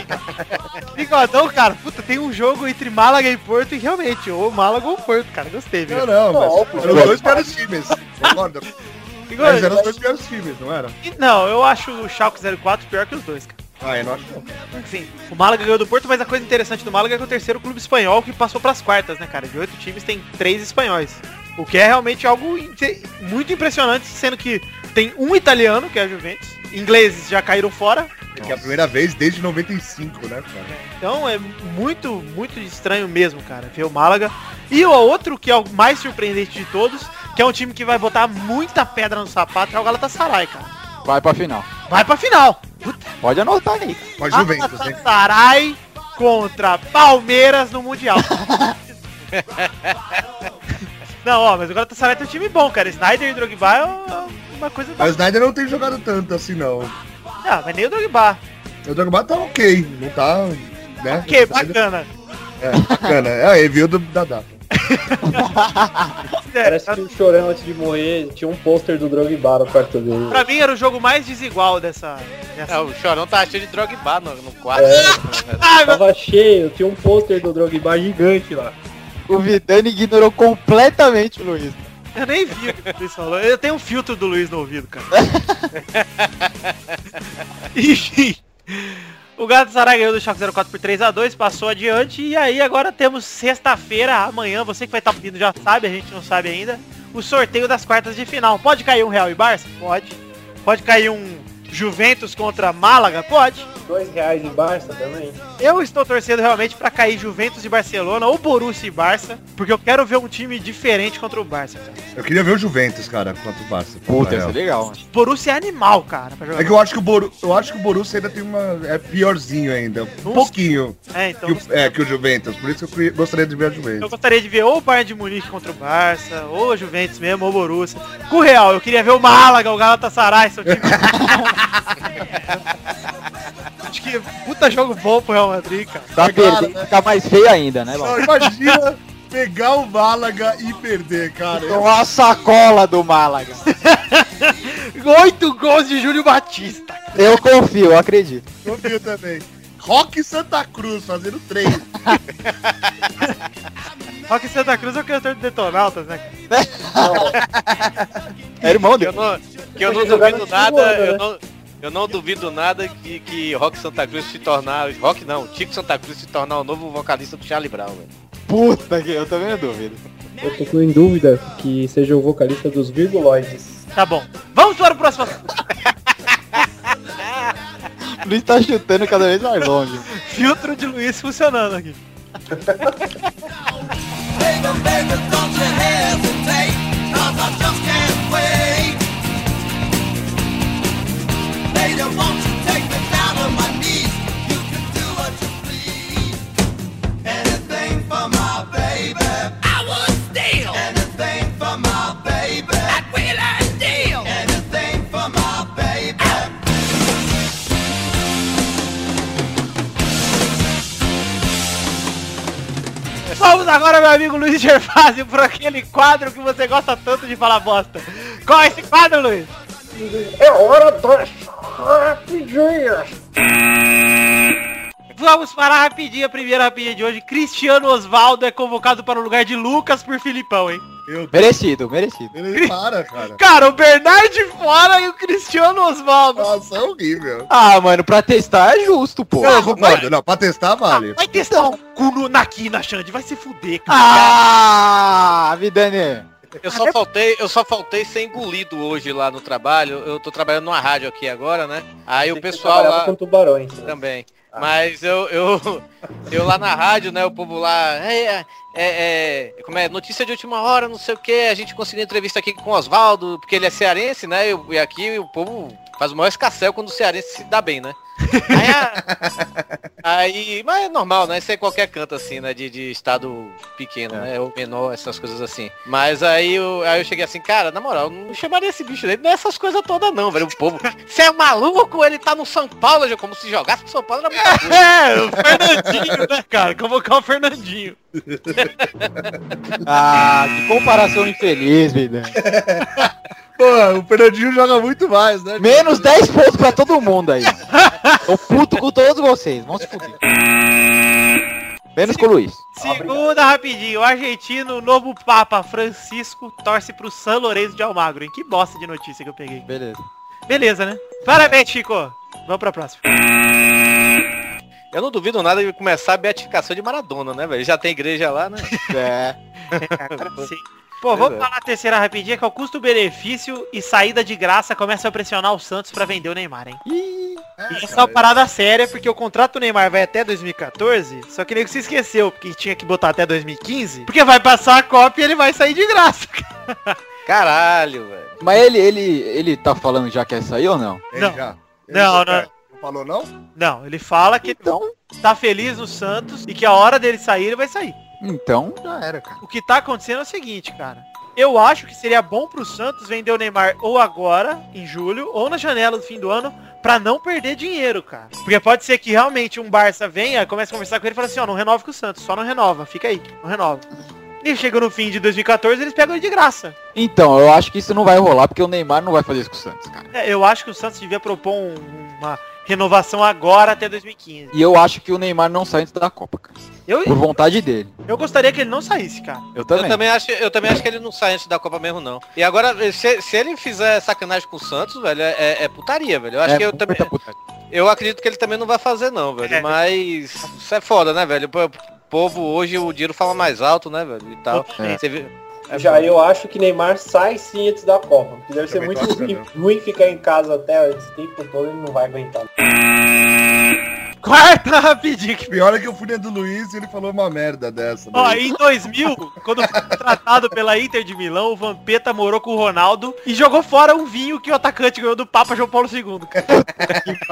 [SPEAKER 4] bigodão, cara, puta, tem um jogo entre Málaga e Porto e realmente, ou Málaga ou Porto, cara, gostei, viu?
[SPEAKER 9] Não, não, mas eram os dois piores times. Concorda?
[SPEAKER 4] Bigode,
[SPEAKER 9] Mas eram os dois piores times, não era?
[SPEAKER 4] e- não, eu acho o Schalke 04 pior que os dois, cara.
[SPEAKER 9] Ah, eu não acho não.
[SPEAKER 4] Sim, o Málaga ganhou do Porto, mas a coisa interessante do Málaga é que é o terceiro clube espanhol que passou pras quartas, né, cara? De oito times tem três espanhóis. O que é realmente algo inte- muito impressionante, sendo que tem um italiano, que é a Juventus, ingleses já caíram fora,
[SPEAKER 9] É que é a primeira vez desde 95, né, cara?
[SPEAKER 4] Então é muito, muito estranho mesmo, cara, ver o Málaga. E o outro que é o mais surpreendente de todos, que é um time que vai botar muita pedra no sapato, é o Galatasaray, cara.
[SPEAKER 8] Vai pra final.
[SPEAKER 4] Vai pra final.
[SPEAKER 8] Pode anotar aí.
[SPEAKER 9] Com a Juventus, né?
[SPEAKER 4] Galatasaray contra Palmeiras no Mundial. Não, ó, mas o Galatasaray tem um time bom, cara. Snyder e Drogba é uma coisa...
[SPEAKER 9] Mas o Snyder não tem jogado tanto assim, não.
[SPEAKER 4] Ah, mas nem o Drogba.
[SPEAKER 9] O Drogba tá ok, não tá... Né?
[SPEAKER 4] Que bacana.
[SPEAKER 9] É, bacana. É, aí viu do, da data.
[SPEAKER 4] É,
[SPEAKER 3] Parece que o Chorão, antes de morrer, tinha um pôster do Drogba no quarto dele.
[SPEAKER 4] pra mim era o jogo mais desigual dessa... dessa...
[SPEAKER 6] É, o Chorão tá cheio de Drogba no, no quarto.
[SPEAKER 4] Ah, meu
[SPEAKER 3] Tava cheio, tinha um pôster do Drogba gigante lá.
[SPEAKER 8] O Vidani ignorou completamente o Luiz.
[SPEAKER 4] Eu nem vi o que o Luiz falou. Eu tenho um filtro do Luiz no ouvido, cara. Enfim. O Gato Sarai ganhou do Choque 04 por 3x2, passou adiante. E aí agora temos sexta-feira, amanhã, você que vai estar pedindo já sabe, a gente não sabe ainda. O sorteio das quartas de final. Pode cair um Real e Barça? Pode. Pode cair um Juventus contra Málaga? Pode.
[SPEAKER 3] Dois reais de Barça também.
[SPEAKER 4] Eu estou torcendo realmente para cair Juventus e Barcelona ou Borussia e Barça, porque eu quero ver um time diferente contra o Barça. cara.
[SPEAKER 9] Eu queria ver o Juventus, cara, contra o Barça.
[SPEAKER 8] Puta,
[SPEAKER 9] Na
[SPEAKER 8] isso é
[SPEAKER 9] real.
[SPEAKER 8] legal.
[SPEAKER 4] Borussia é animal, cara, pra jogar.
[SPEAKER 9] É que eu acho que o Boru, eu acho que o Borussia ainda tem uma é piorzinho ainda, um pouquinho
[SPEAKER 4] É, então.
[SPEAKER 9] que o, é que o Juventus. Por isso que eu queria- gostaria de ver o
[SPEAKER 4] Eu
[SPEAKER 9] Juventus.
[SPEAKER 4] gostaria de ver ou o Bayern de Munique contra o Barça, ou a Juventus mesmo, ou o Borussia. Com o Real, eu queria ver o Málaga, o Galatasaray, seu time. Acho que puta jogo bom pro Real Madrid, cara.
[SPEAKER 8] Tá perdendo, fica mais feio ainda, né, Lau?
[SPEAKER 9] Não, imagina pegar o Málaga e perder, cara.
[SPEAKER 8] Então a sacola do Málaga.
[SPEAKER 4] Oito gols de Júlio Batista.
[SPEAKER 8] Eu confio, eu acredito.
[SPEAKER 9] Eu confio também. Rock Santa Cruz fazendo três.
[SPEAKER 4] Só que Santa Cruz é o cantor do Detonautas, né? cara?
[SPEAKER 8] É irmão
[SPEAKER 6] Que eu
[SPEAKER 8] dele.
[SPEAKER 6] não, que eu não
[SPEAKER 3] Hoje jogaram
[SPEAKER 6] duvido
[SPEAKER 3] de
[SPEAKER 6] nada,
[SPEAKER 3] voando,
[SPEAKER 6] eu
[SPEAKER 3] né?
[SPEAKER 6] não, eu não duvido nada que, que Rock Santa Cruz se tornar. Rock não, Tico Santa Cruz se tornar o novo vocalista do Charlie Brown, velho.
[SPEAKER 8] Puta que eu também não duvido.
[SPEAKER 3] Eu tô em dúvida que seja o vocalista dos Virguloides.
[SPEAKER 4] Tá bom. Vamos para o próximo. assunto.
[SPEAKER 8] O Luiz tá chutando cada vez mais longe.
[SPEAKER 4] Filtro de Luiz funcionando aqui. Vamos agora, meu amigo Luiz Gervásio, para aquele quadro que você gosta tanto de falar bosta. Qual é esse quadro, Luiz?
[SPEAKER 3] É hora das rapidinhas.
[SPEAKER 4] Vamos para a rapidinha, a primeira rapidinha de hoje. Cristiano Osvaldo é convocado para o lugar de Lucas por Filipão, hein?
[SPEAKER 9] Meu Deus,
[SPEAKER 8] Merecido, merecido.
[SPEAKER 9] ele para, cara.
[SPEAKER 4] Cara, o Bernard fora e o Cristiano Osvaldo.
[SPEAKER 9] Nossa, é horrível.
[SPEAKER 8] Ah, mano, pra testar é justo, pô.
[SPEAKER 9] Não, eu concordo. Não, pra testar vale.
[SPEAKER 4] Vai testar o cu no, na quina, Xande. Vai se fuder, cara.
[SPEAKER 8] Ah, Vidani.
[SPEAKER 6] Eu só faltei, eu só faltei ser engolido hoje lá no trabalho. Eu tô trabalhando numa rádio aqui agora, né? Aí o pessoal lá
[SPEAKER 2] É.
[SPEAKER 3] com tubarões.
[SPEAKER 6] também. Mas eu, eu, eu lá na rádio, né, o povo lá, é, é, é, como é, notícia de última hora, não sei o que, a gente conseguiu entrevista aqui com o Oswaldo, porque ele é cearense, né, eu- e aqui o povo faz o maior escassel quando o cearense se dá bem, né. Aí, a- aí- mas é normal, né, isso é em qualquer canto, assim, né, de, de estado pequeno, né, ou menor, essas coisas assim. Mas aí eu, aí eu cheguei assim, cara, na moral, eu não chamaria esse bicho dele, não é essas coisas todas não, velho, o povo, você é maluco, ele tá no São Paulo, já como se jogasse pro São Paulo, era muita coisa.
[SPEAKER 4] É, o Fernandinho, né, cara? Convocar o Fernandinho.
[SPEAKER 8] Ah, que comparação infeliz, vida.
[SPEAKER 9] Pô, o Fernandinho joga muito mais, né?
[SPEAKER 8] Menos 10 pontos pra todo mundo aí. Tô puto com todos vocês. Vamos se fuder. Menos com o Luiz.
[SPEAKER 4] Segunda rapidinho, o argentino, o novo Papa Francisco torce pro San Lourenço de Almagro. Hein? Que bosta de notícia que eu peguei.
[SPEAKER 8] Beleza.
[SPEAKER 4] Beleza, né? Parabéns, Chico. Vamos pra próxima.
[SPEAKER 6] Eu não duvido nada de começar a beatificação de Maradona, né, velho? Já tem igreja lá, né?
[SPEAKER 8] É.
[SPEAKER 4] Sim. é. Pô, vamos falar a terceira rapidinha, que é o custo-benefício e saída de graça começa a pressionar o Santos pra vender o Neymar, hein? E Essa é uma parada séria, porque o contrato do Neymar vai até 2014, só que nem que se esqueceu, porque tinha que botar até 2015, porque vai passar a Copa e ele vai sair de graça.
[SPEAKER 6] Caralho, velho.
[SPEAKER 8] Mas ele, ele, ele tá falando já que é sair ou não?
[SPEAKER 9] Ele
[SPEAKER 4] Não.
[SPEAKER 9] já. Ele
[SPEAKER 4] Não,
[SPEAKER 9] já-
[SPEAKER 4] não,
[SPEAKER 9] Não falou não?
[SPEAKER 4] Não, ele fala que
[SPEAKER 8] Então,
[SPEAKER 4] tá feliz no Santos e que a hora dele sair, ele vai sair.
[SPEAKER 8] então.
[SPEAKER 9] Já era, cara.
[SPEAKER 4] O que tá acontecendo é o seguinte, cara. Eu acho que seria bom pro Santos vender o Neymar ou agora, em julho, ou na janela do fim do ano, pra não perder dinheiro, cara. Porque pode ser que realmente um Barça venha, comece a conversar com ele e fala assim, ó, não renova com o Santos, só não renova, fica aí, não renova. E chega no fim de 2014, eles pegam ele de graça.
[SPEAKER 8] Então, eu acho que isso não vai rolar, porque o Neymar não vai fazer isso com o Santos, cara.
[SPEAKER 4] É, eu acho que o Santos devia propor um- uma renovação agora até 2015.
[SPEAKER 8] E eu acho que o Neymar não sai antes da Copa, cara.
[SPEAKER 4] Eu,
[SPEAKER 8] Por vontade dele.
[SPEAKER 4] eu gostaria que ele não saísse, cara.
[SPEAKER 8] Eu também.
[SPEAKER 6] Eu também, acho, eu também acho que ele não sai antes da Copa mesmo, não. E agora, se, se ele fizer sacanagem com o Santos, velho, é, é putaria, velho. Eu acho
[SPEAKER 8] É
[SPEAKER 6] que eu
[SPEAKER 8] muita
[SPEAKER 6] também.
[SPEAKER 8] putaria.
[SPEAKER 6] Eu acredito que ele também não vai fazer, não, velho.
[SPEAKER 4] É.
[SPEAKER 6] Mas isso é foda, né, velho? O povo hoje, o dinheiro fala mais alto, né, velho? E tal.
[SPEAKER 8] É.
[SPEAKER 6] Você viu? É
[SPEAKER 2] Já eu acho que Neymar sai sim antes da Copa. Porque deve ser
[SPEAKER 9] Também
[SPEAKER 2] muito
[SPEAKER 9] tô achando.
[SPEAKER 2] ruim, ruim ficar em casa até esse tempo todo, ele não vai aguentar.
[SPEAKER 4] Quarta rapidinho que
[SPEAKER 9] Pior é que eu fui dentro do Luiz e ele falou uma merda dessa. né?
[SPEAKER 4] Ó,
[SPEAKER 9] daí.
[SPEAKER 4] em 2000, quando foi contratado pela Inter de Milão, o Vampeta morou com o Ronaldo e jogou fora um vinho que o atacante ganhou do Papa João Paulo II. cara.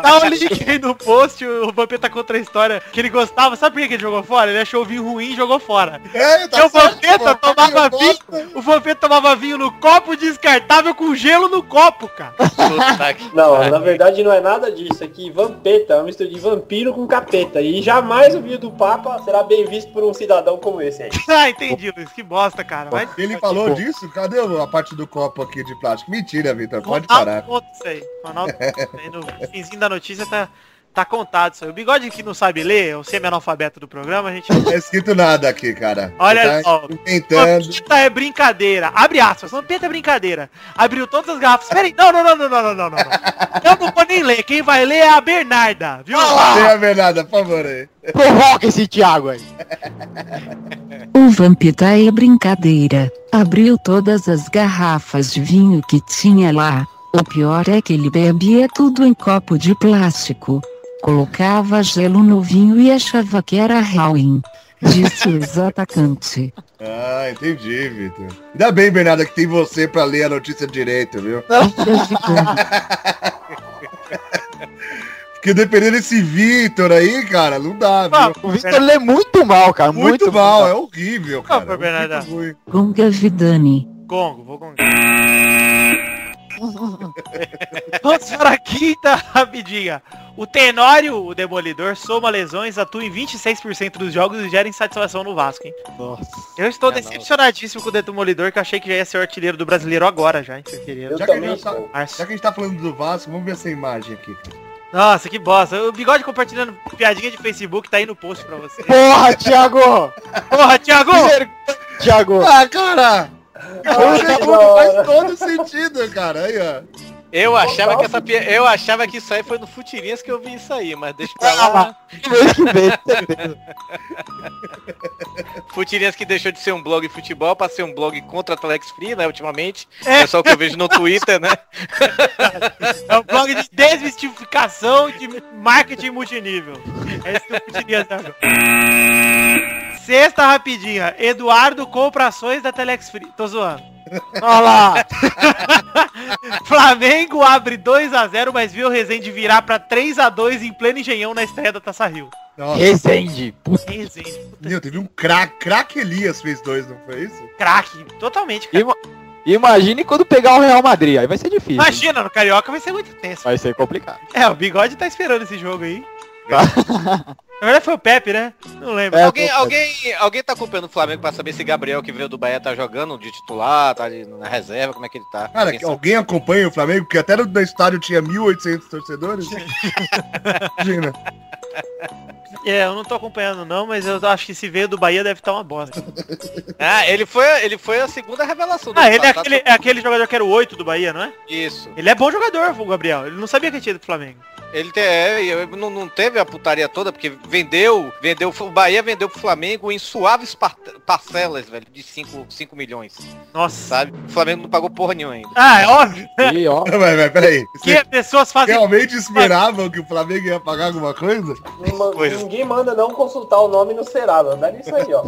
[SPEAKER 4] tá o link aí no post, o Vampeta conta a história que ele gostava. Sabe por que que ele jogou fora? Ele achou o vinho ruim e jogou fora.
[SPEAKER 9] É,
[SPEAKER 4] Porque o
[SPEAKER 9] certo,
[SPEAKER 4] Vampeta
[SPEAKER 9] pô.
[SPEAKER 4] tomava
[SPEAKER 9] Eu gosto.
[SPEAKER 4] vinho, o Vampeta tomava vinho no copo descartável com gelo no copo, cara.
[SPEAKER 6] puta que-
[SPEAKER 2] Não, na verdade não é nada disso. É que Vampeta é uma mistura de vampiro com capeta. E jamais o vídeo do Papa será bem visto por um cidadão como esse aí.
[SPEAKER 4] ah, entendi, Luiz. Que bosta, cara. Vai-
[SPEAKER 9] Ele falou disso? Cadê a parte do copo aqui de plástico? Mentira, Vitor. Pode
[SPEAKER 4] Ronaldo
[SPEAKER 9] parar.
[SPEAKER 4] conta isso aí. Ronaldo conta aí no finzinho da notícia tá, tá contado isso aí. O bigode que não sabe ler, é o semi-analfabeto do programa, a gente.
[SPEAKER 9] Não é escrito nada aqui, cara.
[SPEAKER 4] Olha
[SPEAKER 9] Você tá
[SPEAKER 4] só.
[SPEAKER 9] Inventando.
[SPEAKER 4] Vampeta é brincadeira. Abre aspas. Vampeta é brincadeira. Abriu todas as garrafas. Peraí. Não, não, não, não, não, não, não, não. Eu não vou nem ler. Quem vai ler é a Bernarda, viu?
[SPEAKER 9] Tem a verdade, por favor aí.
[SPEAKER 8] Provoca esse Thiago aí.
[SPEAKER 1] O Vampeta é brincadeira. Abriu todas as garrafas de vinho que tinha lá. O pior é que ele bebia tudo em copo de plástico. Colocava gelo no vinho e achava que era Halloween. Disse o ex-atacante.
[SPEAKER 9] Ah, entendi, Vitor. Ainda bem, Bernardo, que tem você pra ler a notícia direito, viu? Porque dependendo desse Vitor aí, cara, não dá,
[SPEAKER 4] Ah,
[SPEAKER 9] viu?
[SPEAKER 8] O Victor lê muito mal, cara.
[SPEAKER 9] Muito,
[SPEAKER 8] tá Muito,
[SPEAKER 9] mal, é horrível, cara.
[SPEAKER 4] pô, Bernardo.
[SPEAKER 9] Muito ruim.
[SPEAKER 1] Gunga Vidani.
[SPEAKER 4] Congo, vou Congo. Vamos para a quinta rapidinha. O Tenório, o Demolidor, soma lesões, atua em 26% dos jogos e gera insatisfação no Vasco, hein?
[SPEAKER 8] Nossa.
[SPEAKER 4] Eu estou
[SPEAKER 6] É, não.
[SPEAKER 4] decepcionadíssimo com o Demolidor, que eu achei que já ia ser o artilheiro do brasileiro agora, já, em fevereiro.
[SPEAKER 2] Eu
[SPEAKER 9] Já que
[SPEAKER 2] também
[SPEAKER 9] ele já tá-
[SPEAKER 2] sou.
[SPEAKER 4] março.
[SPEAKER 9] Já que a gente tá falando do Vasco, vamos ver essa imagem aqui. cara.
[SPEAKER 4] Nossa, que bosta. O bigode compartilhando piadinha de Facebook tá aí no post pra você.
[SPEAKER 8] Porra, Thiago!
[SPEAKER 4] Porra, Thiago!
[SPEAKER 8] Que vergonha, Thiago!
[SPEAKER 9] Ah, cara!
[SPEAKER 2] Ah,
[SPEAKER 9] Hoje
[SPEAKER 2] que
[SPEAKER 9] tudo
[SPEAKER 2] da hora.
[SPEAKER 9] faz todo sentido, cara. Aí, ó.
[SPEAKER 6] Eu achava que essa pi- Eu achava que isso aí foi no Futirinhas que eu vi isso aí, mas deixa pra lá. Futirinhas que deixou de ser um blog futebol pra ser um blog contra Atlex Free, né, ultimamente.
[SPEAKER 4] É.
[SPEAKER 6] É só o que eu vejo no Twitter, né?
[SPEAKER 4] É um blog de desmistificação de marketing multinível. É isso que eu pediria até agora. Sexta rapidinha. Eduardo compra ações da Telex Free. Tô zoando. Olha lá. Flamengo abre 2x0, mas viu o Rezende virar pra 3x2 em pleno engenhão na estreia da Taça Rio.
[SPEAKER 9] Nossa.
[SPEAKER 8] Resende. Puta.
[SPEAKER 4] Rezende.
[SPEAKER 9] Meu, teve um craque. Craque Elias fez dois, não foi isso?
[SPEAKER 4] Craque. Totalmente. Cara.
[SPEAKER 8] Ima- Imagine quando pegar o Real Madrid. Aí vai ser difícil.
[SPEAKER 4] Imagina, no Carioca vai ser muito tenso.
[SPEAKER 8] Vai ser complicado.
[SPEAKER 4] É, o Bigode tá esperando esse jogo aí. Na verdade foi o Pepe, né? Não lembro.
[SPEAKER 8] É,
[SPEAKER 6] alguém,
[SPEAKER 8] pô,
[SPEAKER 6] alguém, alguém tá acompanhando o Flamengo pra saber se Gabriel que veio do Bahia tá jogando de titular, tá ali na reserva, como é que ele tá?
[SPEAKER 9] Cara,
[SPEAKER 6] Quem
[SPEAKER 9] que
[SPEAKER 6] sabe?
[SPEAKER 9] alguém acompanha o Flamengo? Porque até no, no estádio tinha 1.800 torcedores. Imagina.
[SPEAKER 4] É, eu não tô acompanhando não, mas eu acho que se veio do Bahia deve estar uma bosta.
[SPEAKER 6] Ah, ele foi, ele foi a segunda revelação do
[SPEAKER 4] Ah,
[SPEAKER 6] ano
[SPEAKER 4] ele é
[SPEAKER 6] passado.
[SPEAKER 4] aquele, é aquele jogador que era o 8 do Bahia, não é?
[SPEAKER 6] Isso.
[SPEAKER 4] Ele é bom jogador, o Gabriel. Ele não sabia que tinha ido pro Flamengo.
[SPEAKER 6] Ele te- é, e eu- não, não teve a putaria toda, porque vendeu, vendeu, o Bahia vendeu pro Flamengo em suaves par- parcelas, velho, de 5 milhões,
[SPEAKER 4] Nossa.
[SPEAKER 6] sabe? O Flamengo não pagou porra nenhuma ainda.
[SPEAKER 4] Ah, é óbvio
[SPEAKER 8] E, ó,
[SPEAKER 9] Mas, mas, peraí.
[SPEAKER 4] que assim,
[SPEAKER 9] Vocês
[SPEAKER 4] as pessoas fazem...
[SPEAKER 9] realmente esperavam que o Flamengo ia pagar alguma coisa?
[SPEAKER 2] Uma-
[SPEAKER 6] Pois.
[SPEAKER 2] Ninguém manda não consultar o nome no Serasa. Dá nisso aí, ó.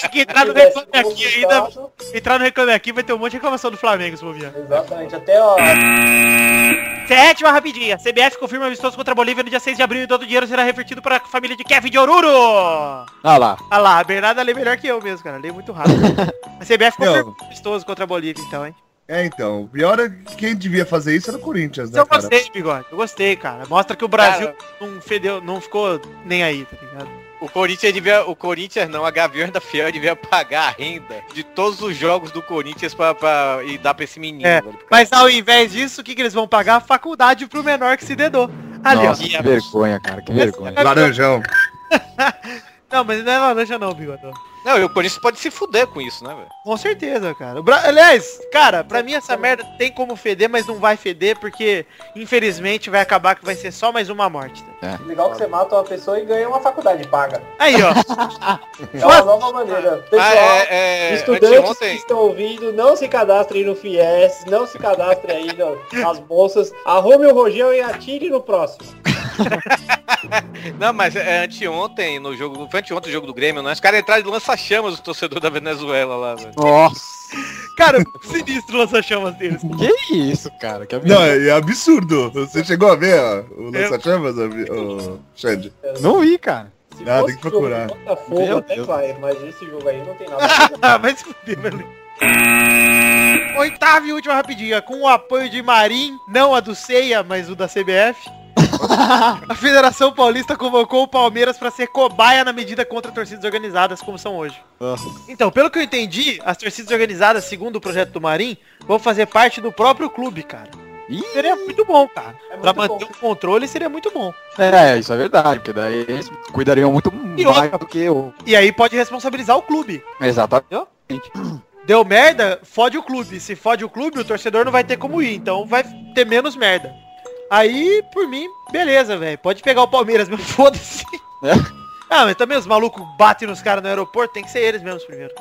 [SPEAKER 4] Tem que entrar no
[SPEAKER 2] Se tivesse
[SPEAKER 4] Reclame Aqui ainda.
[SPEAKER 2] consultado,
[SPEAKER 4] Entrar no Reclame Aqui vai ter um monte de reclamação do Flamengo, se bobear.
[SPEAKER 2] Exatamente. Até, ó, é
[SPEAKER 4] Sétima rapidinha. CBF confirma amistoso contra a Bolívia no dia 6 de abril e todo o dinheiro será revertido para a família de Kevin de Oruro.
[SPEAKER 8] olha lá.
[SPEAKER 4] Ah lá, a Bernarda lê melhor que eu mesmo, cara. Lê muito rápido. A CBF confirmou o amistoso contra a Bolívia, então, hein?
[SPEAKER 9] É, então. O pior é que quem devia fazer isso era o Corinthians, né,
[SPEAKER 4] eu
[SPEAKER 9] cara?
[SPEAKER 4] gostei, bigode. Eu gostei, cara. Mostra que o Brasil não fedeu, não ficou nem aí, tá ligado?
[SPEAKER 6] O Corinthians devia, o Corinthians não, a Gaviões da Fiel devia pagar a renda de todos os jogos do Corinthians pra, pra- e dar pra esse menino,
[SPEAKER 4] É,
[SPEAKER 6] velho.
[SPEAKER 4] Mas ao invés disso, o que, que eles vão pagar? A faculdade pro menor que se dedou. Ali,
[SPEAKER 8] Nossa,
[SPEAKER 4] ó.
[SPEAKER 8] que vergonha, cara. Que vergonha.
[SPEAKER 4] né?
[SPEAKER 9] Laranjão.
[SPEAKER 4] Não, mas não é laranja não, bigode.
[SPEAKER 6] Não, e o Corinthians pode se fuder com isso, né, velho?
[SPEAKER 4] Com certeza, cara. O Bra- Aliás, cara, pra mim essa merda tem como feder, mas não vai feder, porque infelizmente vai acabar que vai ser só mais uma morte. tá?
[SPEAKER 2] legal que você mata uma pessoa e ganha uma faculdade paga.
[SPEAKER 4] Aí, ó.
[SPEAKER 2] É uma nova maneira. Pessoal,
[SPEAKER 6] Ah, é, é,
[SPEAKER 2] estudantes que
[SPEAKER 6] anteontem-
[SPEAKER 2] estão ouvindo, não se cadastrem no FIES, não se cadastrem aí no- nas bolsas. Arrume o rojão e atire no próximo.
[SPEAKER 6] Não, mas é anteontem no jogo. Foi anteontem o jogo do Grêmio, né? Os caras entraram de lança-chamas o torcedor da Venezuela lá, velho.
[SPEAKER 8] Nossa.
[SPEAKER 4] Cara, sinistro lança-chamas deles.
[SPEAKER 8] Que isso, cara. Que
[SPEAKER 9] Não,
[SPEAKER 8] absurdo.
[SPEAKER 9] é absurdo. Você chegou a ver ó, o lança-chamas, o Xande?
[SPEAKER 8] Não vi, cara.
[SPEAKER 2] Se
[SPEAKER 9] Ah,
[SPEAKER 2] fosse
[SPEAKER 9] tem que procurar.
[SPEAKER 2] jogo de Botafogo
[SPEAKER 8] Meu
[SPEAKER 2] até
[SPEAKER 8] Deus.
[SPEAKER 2] vai, mas esse jogo aí não tem nada. a ver.
[SPEAKER 4] Ah, vai se fuder, velho. Oitava e última rapidinha, com o apoio de Marim, não a do Ceia, mas o da CBF. a Federação Paulista convocou o Palmeiras para ser cobaia na medida contra torcidas organizadas, como são hoje. Então, pelo que eu entendi, as torcidas organizadas, segundo o projeto do Marim, vão fazer parte do próprio clube, cara.
[SPEAKER 8] Ih.
[SPEAKER 4] Seria muito bom, cara.
[SPEAKER 2] É
[SPEAKER 4] Pra
[SPEAKER 2] muito bom.
[SPEAKER 4] manter o controle seria muito bom.
[SPEAKER 8] É, isso é verdade, porque daí eles cuidariam muito mais
[SPEAKER 4] outra-
[SPEAKER 8] do que eu.
[SPEAKER 4] E aí pode responsabilizar o clube.
[SPEAKER 8] Exatamente.
[SPEAKER 4] Deu merda, fode o clube. Se fode o clube, o torcedor não vai ter como ir. Então vai ter menos merda. Aí, por mim, beleza, velho. Pode pegar o Palmeiras mesmo, foda-se.
[SPEAKER 8] É.
[SPEAKER 4] Ah, mas também os malucos batem nos caras no aeroporto, tem que ser eles mesmos primeiro.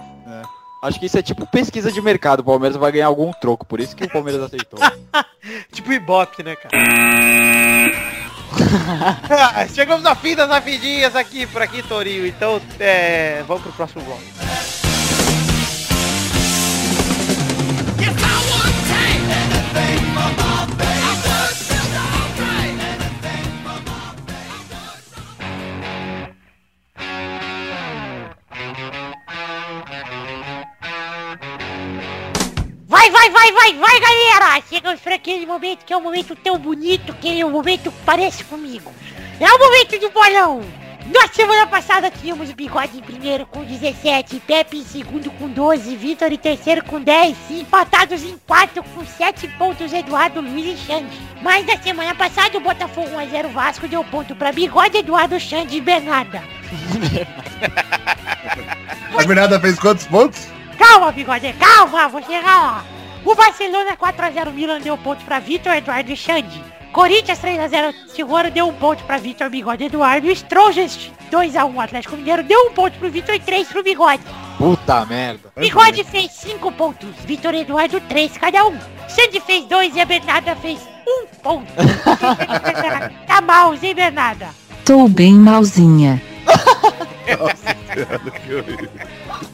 [SPEAKER 8] Acho que isso é tipo pesquisa de mercado. O Palmeiras vai ganhar algum troco, por isso que o Palmeiras aceitou.
[SPEAKER 4] Tipo Ibope, né, cara? Ah, Chegamos ao fim das rapidinhas aqui por aqui, Torinho. Então, é, vamos pro próximo bloco.
[SPEAKER 11] Vai, vai, vai, vai, vai, galera! Chegamos para aquele momento que é um momento tão bonito, que é um momento que parece comigo. É o momento do bolão! Na semana passada tínhamos o Bigode em primeiro com 17, Pepe em segundo com 12, Vitor em terceiro com 10, empatados em quarto com 7 pontos Eduardo, Luiz e Xande. Mas na semana passada o Botafogo 1x0 Vasco deu ponto para Bigode, Eduardo, Xande e Bernarda.
[SPEAKER 9] A Bernarda fez quantos pontos?
[SPEAKER 11] Calma, Bigode, calma, vou chegar lá. O Barcelona é 4x0 Milan deu um ponto pra Vitor, Eduardo e Xande. Corinthians 3x0 Tigoro deu um ponto pra Vitor, Bigode, Eduardo. Strojas 2x1 Atlético Mineiro deu um ponto pro Vitor e 3 pro Bigode.
[SPEAKER 8] Puta merda.
[SPEAKER 11] Bigode fez 5 pontos, Vitor e Eduardo 3 cada um. Xande fez 2 e a Bernarda fez 1 um ponto. tá mal, hein, Bernarda?
[SPEAKER 1] Tô bem malzinha.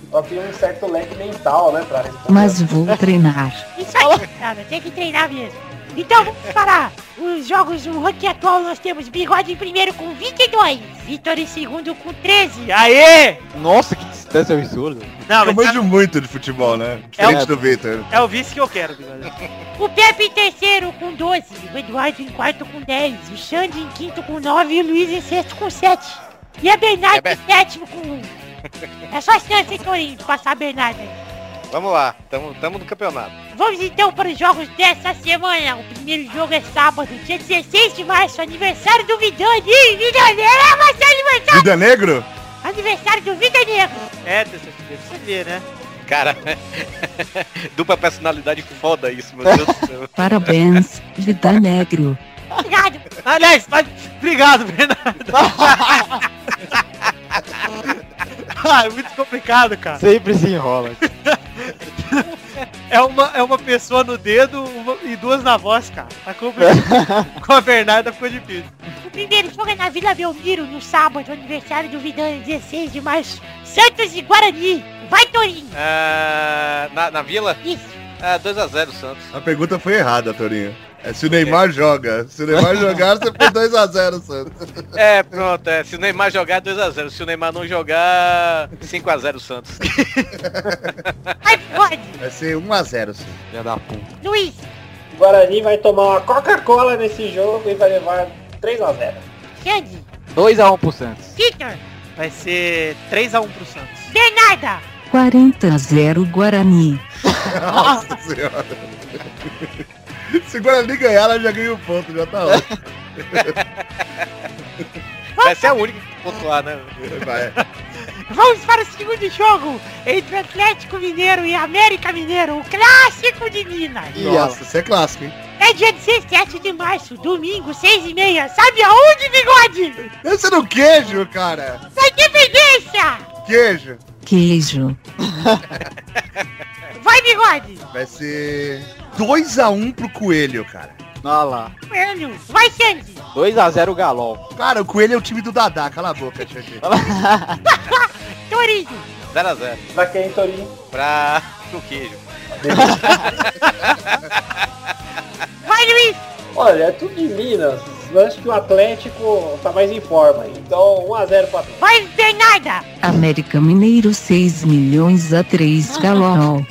[SPEAKER 2] Só tem um certo leque mental, né, pra responder.
[SPEAKER 1] Mas vou treinar.
[SPEAKER 11] Isso aí, cara, tem que treinar mesmo. Então vamos parar. Os jogos, o ranking atual nós temos Bigode em primeiro com 22, Vitor em segundo com 13.
[SPEAKER 4] Aê!
[SPEAKER 8] Nossa, que distância absurda.
[SPEAKER 4] Não,
[SPEAKER 9] eu
[SPEAKER 4] mas tá-
[SPEAKER 9] manjo muito de futebol, né? Diferente do Vitor.
[SPEAKER 4] É o vice que eu quero, Bigode.
[SPEAKER 11] O Pepe em terceiro com 12, o Eduardo em quarto com 10, o Xande em quinto com 9 e o Luiz em sexto com 7. E a Bernarda em sétimo com 1. É só chance, hein, Corinthians, de passar a Bernarda. aí.
[SPEAKER 6] Vamos lá, tamo, tamo no campeonato.
[SPEAKER 11] Vamos então para os jogos dessa semana. O primeiro jogo é sábado, dia 16 de março, aniversário do Vidani. Ih, Vidani, é vai ser aniversário!
[SPEAKER 9] Vida Negro?
[SPEAKER 11] Aniversário do Vida Negro.
[SPEAKER 4] É, Tessa, você vê, né?
[SPEAKER 6] Cara, dupla personalidade foda isso, meu Deus do céu.
[SPEAKER 1] Parabéns, Vida Negro.
[SPEAKER 11] Obrigado.
[SPEAKER 4] Aliás, pode- obrigado, Bernardo. ah, é muito complicado, cara.
[SPEAKER 10] Sempre se enrola.
[SPEAKER 4] É uma, é uma pessoa no dedo uma- e duas na voz, cara. Tá complicado. Com a Bernarda ficou difícil.
[SPEAKER 11] O primeiro jogo é na Vila Belmiro, no sábado, aniversário do Vidani, 16 de março. Santos e Guarani. Vai, Torinho.
[SPEAKER 6] Ah, na, na vila?
[SPEAKER 11] Isso.
[SPEAKER 6] Ah, 2x0 Santos.
[SPEAKER 9] A pergunta foi errada, Torinho. É se o Neymar joga. Se o Neymar jogar, você põe 2x0, Santos.
[SPEAKER 6] É, pronto, é. Se o Neymar jogar, 2x0. Se o Neymar não jogar, 5x0 Santos.
[SPEAKER 11] Vai, Bigode.
[SPEAKER 9] Vai ser 1x0, sim.
[SPEAKER 8] Filha da puta.
[SPEAKER 11] Luiz.
[SPEAKER 2] O Guarani vai tomar uma Coca-Cola nesse jogo e vai levar 3x0.
[SPEAKER 11] Xande.
[SPEAKER 8] 2x1 pro Santos.
[SPEAKER 11] Vitor.
[SPEAKER 4] Vai ser 3x1 pro Santos.
[SPEAKER 11] Bernarda.
[SPEAKER 1] 40 a 0 Guarani.
[SPEAKER 9] Nossa senhora. Se o Guarani ganhar, ela já ganhou o ponto, já tá ótimo.
[SPEAKER 6] Vai ser a única que pontuar, né?
[SPEAKER 9] Vai.
[SPEAKER 11] Vamos para o segundo jogo entre o Atlético Mineiro e América Mineiro, o clássico de Minas.
[SPEAKER 9] Nossa, isso é clássico, hein?
[SPEAKER 11] É dia 17 de março, domingo, 6 e meia. Sabe aonde, bigode?
[SPEAKER 9] Pensa no é queijo, cara.
[SPEAKER 11] Na Independência!
[SPEAKER 9] Queijo.
[SPEAKER 1] Queijo.
[SPEAKER 11] Vai, bigode!
[SPEAKER 9] Vai ser 2x1 pro Coelho, cara.
[SPEAKER 10] Olha lá.
[SPEAKER 11] Coelho! Vai, Sandy!
[SPEAKER 8] 2x0 Galol.
[SPEAKER 9] Cara, o Coelho é o time do Dadá. Cala a boca, Xaxi.
[SPEAKER 11] Torinho!
[SPEAKER 6] 0x0.
[SPEAKER 2] Pra quem, Torinho?
[SPEAKER 6] Pra o queijo.
[SPEAKER 11] Vai, Luiz!
[SPEAKER 2] Olha, é tudo de Minas. Eu acho que o Atlético tá mais em forma. aí. Então, 1x0 pro Atlético.
[SPEAKER 11] Vai, Bernarda!
[SPEAKER 1] América Mineiro 6 milhões a 3 galol.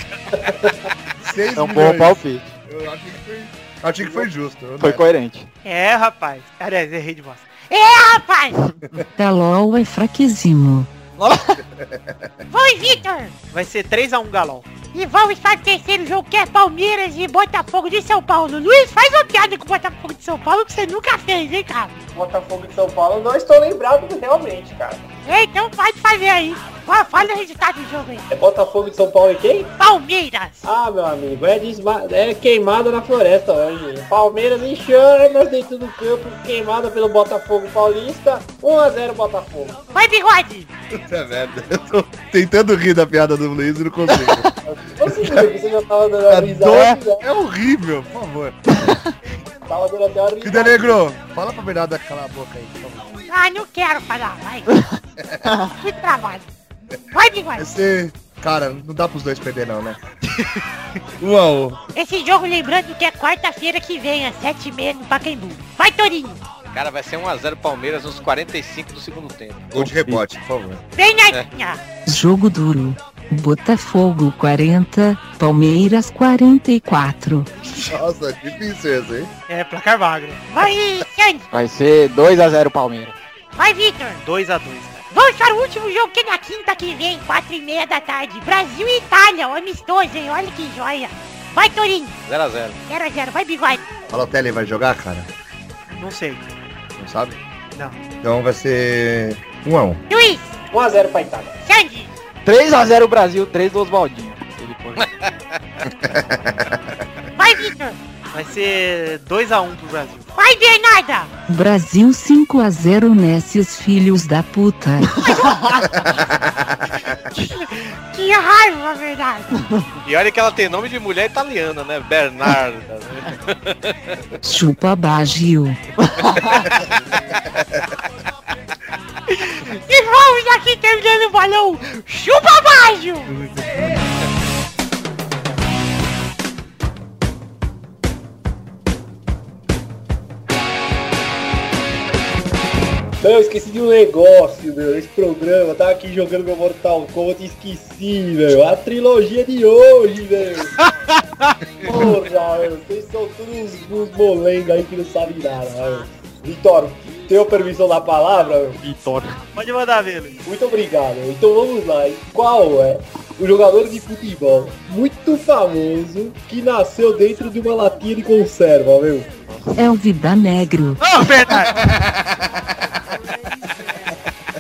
[SPEAKER 9] 6
[SPEAKER 10] É um bom palpite.
[SPEAKER 9] Eu achei que foi, achei que foi justo. eu não
[SPEAKER 8] Foi
[SPEAKER 9] era.
[SPEAKER 8] coerente.
[SPEAKER 4] É, rapaz. Aliás, errei de voz.
[SPEAKER 11] Rapaz!
[SPEAKER 1] Galol é fraquezinho.
[SPEAKER 11] Vai, Vitor!
[SPEAKER 4] Vai ser 3x1 Galol.
[SPEAKER 11] E vamos para o terceiro jogo que é Palmeiras e Botafogo de São Paulo. Luiz, faz uma piada com o Botafogo de São Paulo que você nunca fez, hein, cara?
[SPEAKER 2] Botafogo de São Paulo, não estou lembrado realmente, cara.
[SPEAKER 11] É, Então pode fazer aí. Fala, fala o resultado do jogo aí.
[SPEAKER 2] É Botafogo de São Paulo e quem?
[SPEAKER 11] Palmeiras!
[SPEAKER 2] Ah, meu amigo, é, desma... é queimada na floresta hoje. Palmeiras em chamas dentro do campo, queimada pelo Botafogo Paulista. 1x0 Botafogo.
[SPEAKER 11] Vai, bigode!
[SPEAKER 9] Puta É merda. Eu tô tentando rir da piada do Luiz e não consigo.
[SPEAKER 2] Você viu que você já tava dando
[SPEAKER 9] Tá
[SPEAKER 2] a risada?
[SPEAKER 9] doido. É horrível, por favor.
[SPEAKER 2] Tava dando até uma
[SPEAKER 9] Vida
[SPEAKER 2] risada.
[SPEAKER 9] Negro, fala pra Bernardo calar a boca aí, por favor.
[SPEAKER 11] Ah, não quero falar, vai. que trabalho. Vai,
[SPEAKER 9] Vai
[SPEAKER 11] bigode.
[SPEAKER 9] ser... Cara, não dá pros dois perder não, né? um a um.
[SPEAKER 11] Esse jogo, lembrando que é quarta-feira que vem, às sete e meia no Pacaembu. Vai, Torinho.
[SPEAKER 6] Cara, vai ser 1x0 Palmeiras nos 45 do segundo tempo.
[SPEAKER 9] Gol de rebote, por favor.
[SPEAKER 11] Vem, Narinha.
[SPEAKER 1] Jogo duro. Botafogo 40, Palmeiras 44.
[SPEAKER 9] Nossa, difícil esse, hein?
[SPEAKER 4] É, placar magro.
[SPEAKER 11] Vai, Sandy.
[SPEAKER 8] Vai ser 2x0 Palmeiras.
[SPEAKER 11] Vai, Vitor.
[SPEAKER 4] 2x2, cara.
[SPEAKER 11] Vamos para o último jogo que é na quinta que vem, quatro e meia da tarde. Brasil e Itália, um amistoso, hein? Olha que joia. Vai, Torinho.
[SPEAKER 6] 0x0.
[SPEAKER 11] 0 a 0 Vai, bigode.
[SPEAKER 9] Fala, o Tele vai jogar, cara?
[SPEAKER 4] Não sei.
[SPEAKER 9] Não sabe?
[SPEAKER 4] Não.
[SPEAKER 9] Então vai ser... um a um.
[SPEAKER 11] Luiz.
[SPEAKER 2] 1x0 pra Itália.
[SPEAKER 11] Sandy.
[SPEAKER 8] 3x0 Brasil, 3 do Oswaldinho. Ele põe.
[SPEAKER 4] Vai ser 2x1 pro Brasil.
[SPEAKER 11] Vai ver nada!
[SPEAKER 1] Brasil 5 a 0 nesses filhos da puta.
[SPEAKER 11] Que raiva, na verdade!
[SPEAKER 6] E olha que ela tem nome de mulher italiana, né? Bernarda. né?
[SPEAKER 1] Chupa Bagio.
[SPEAKER 11] E vamos aqui terminando o balão! Chupa baixo!
[SPEAKER 2] Não, eu esqueci de um negócio, meu. Esse programa, eu tava aqui jogando meu Mortal Kombat e esqueci, velho. A trilogia de hoje, velho. Porra, meu. Vocês são todos uns molengos aí que não sabem nada, velho. Vitor, tenho permissão da palavra? Vitor.
[SPEAKER 4] Pode mandar, Velo.
[SPEAKER 2] Muito obrigado. Então vamos lá. hein? Qual é o jogador de futebol muito famoso que nasceu dentro de uma latinha de conserva, meu?
[SPEAKER 1] É o Vida Negro.
[SPEAKER 4] Ah, verdade!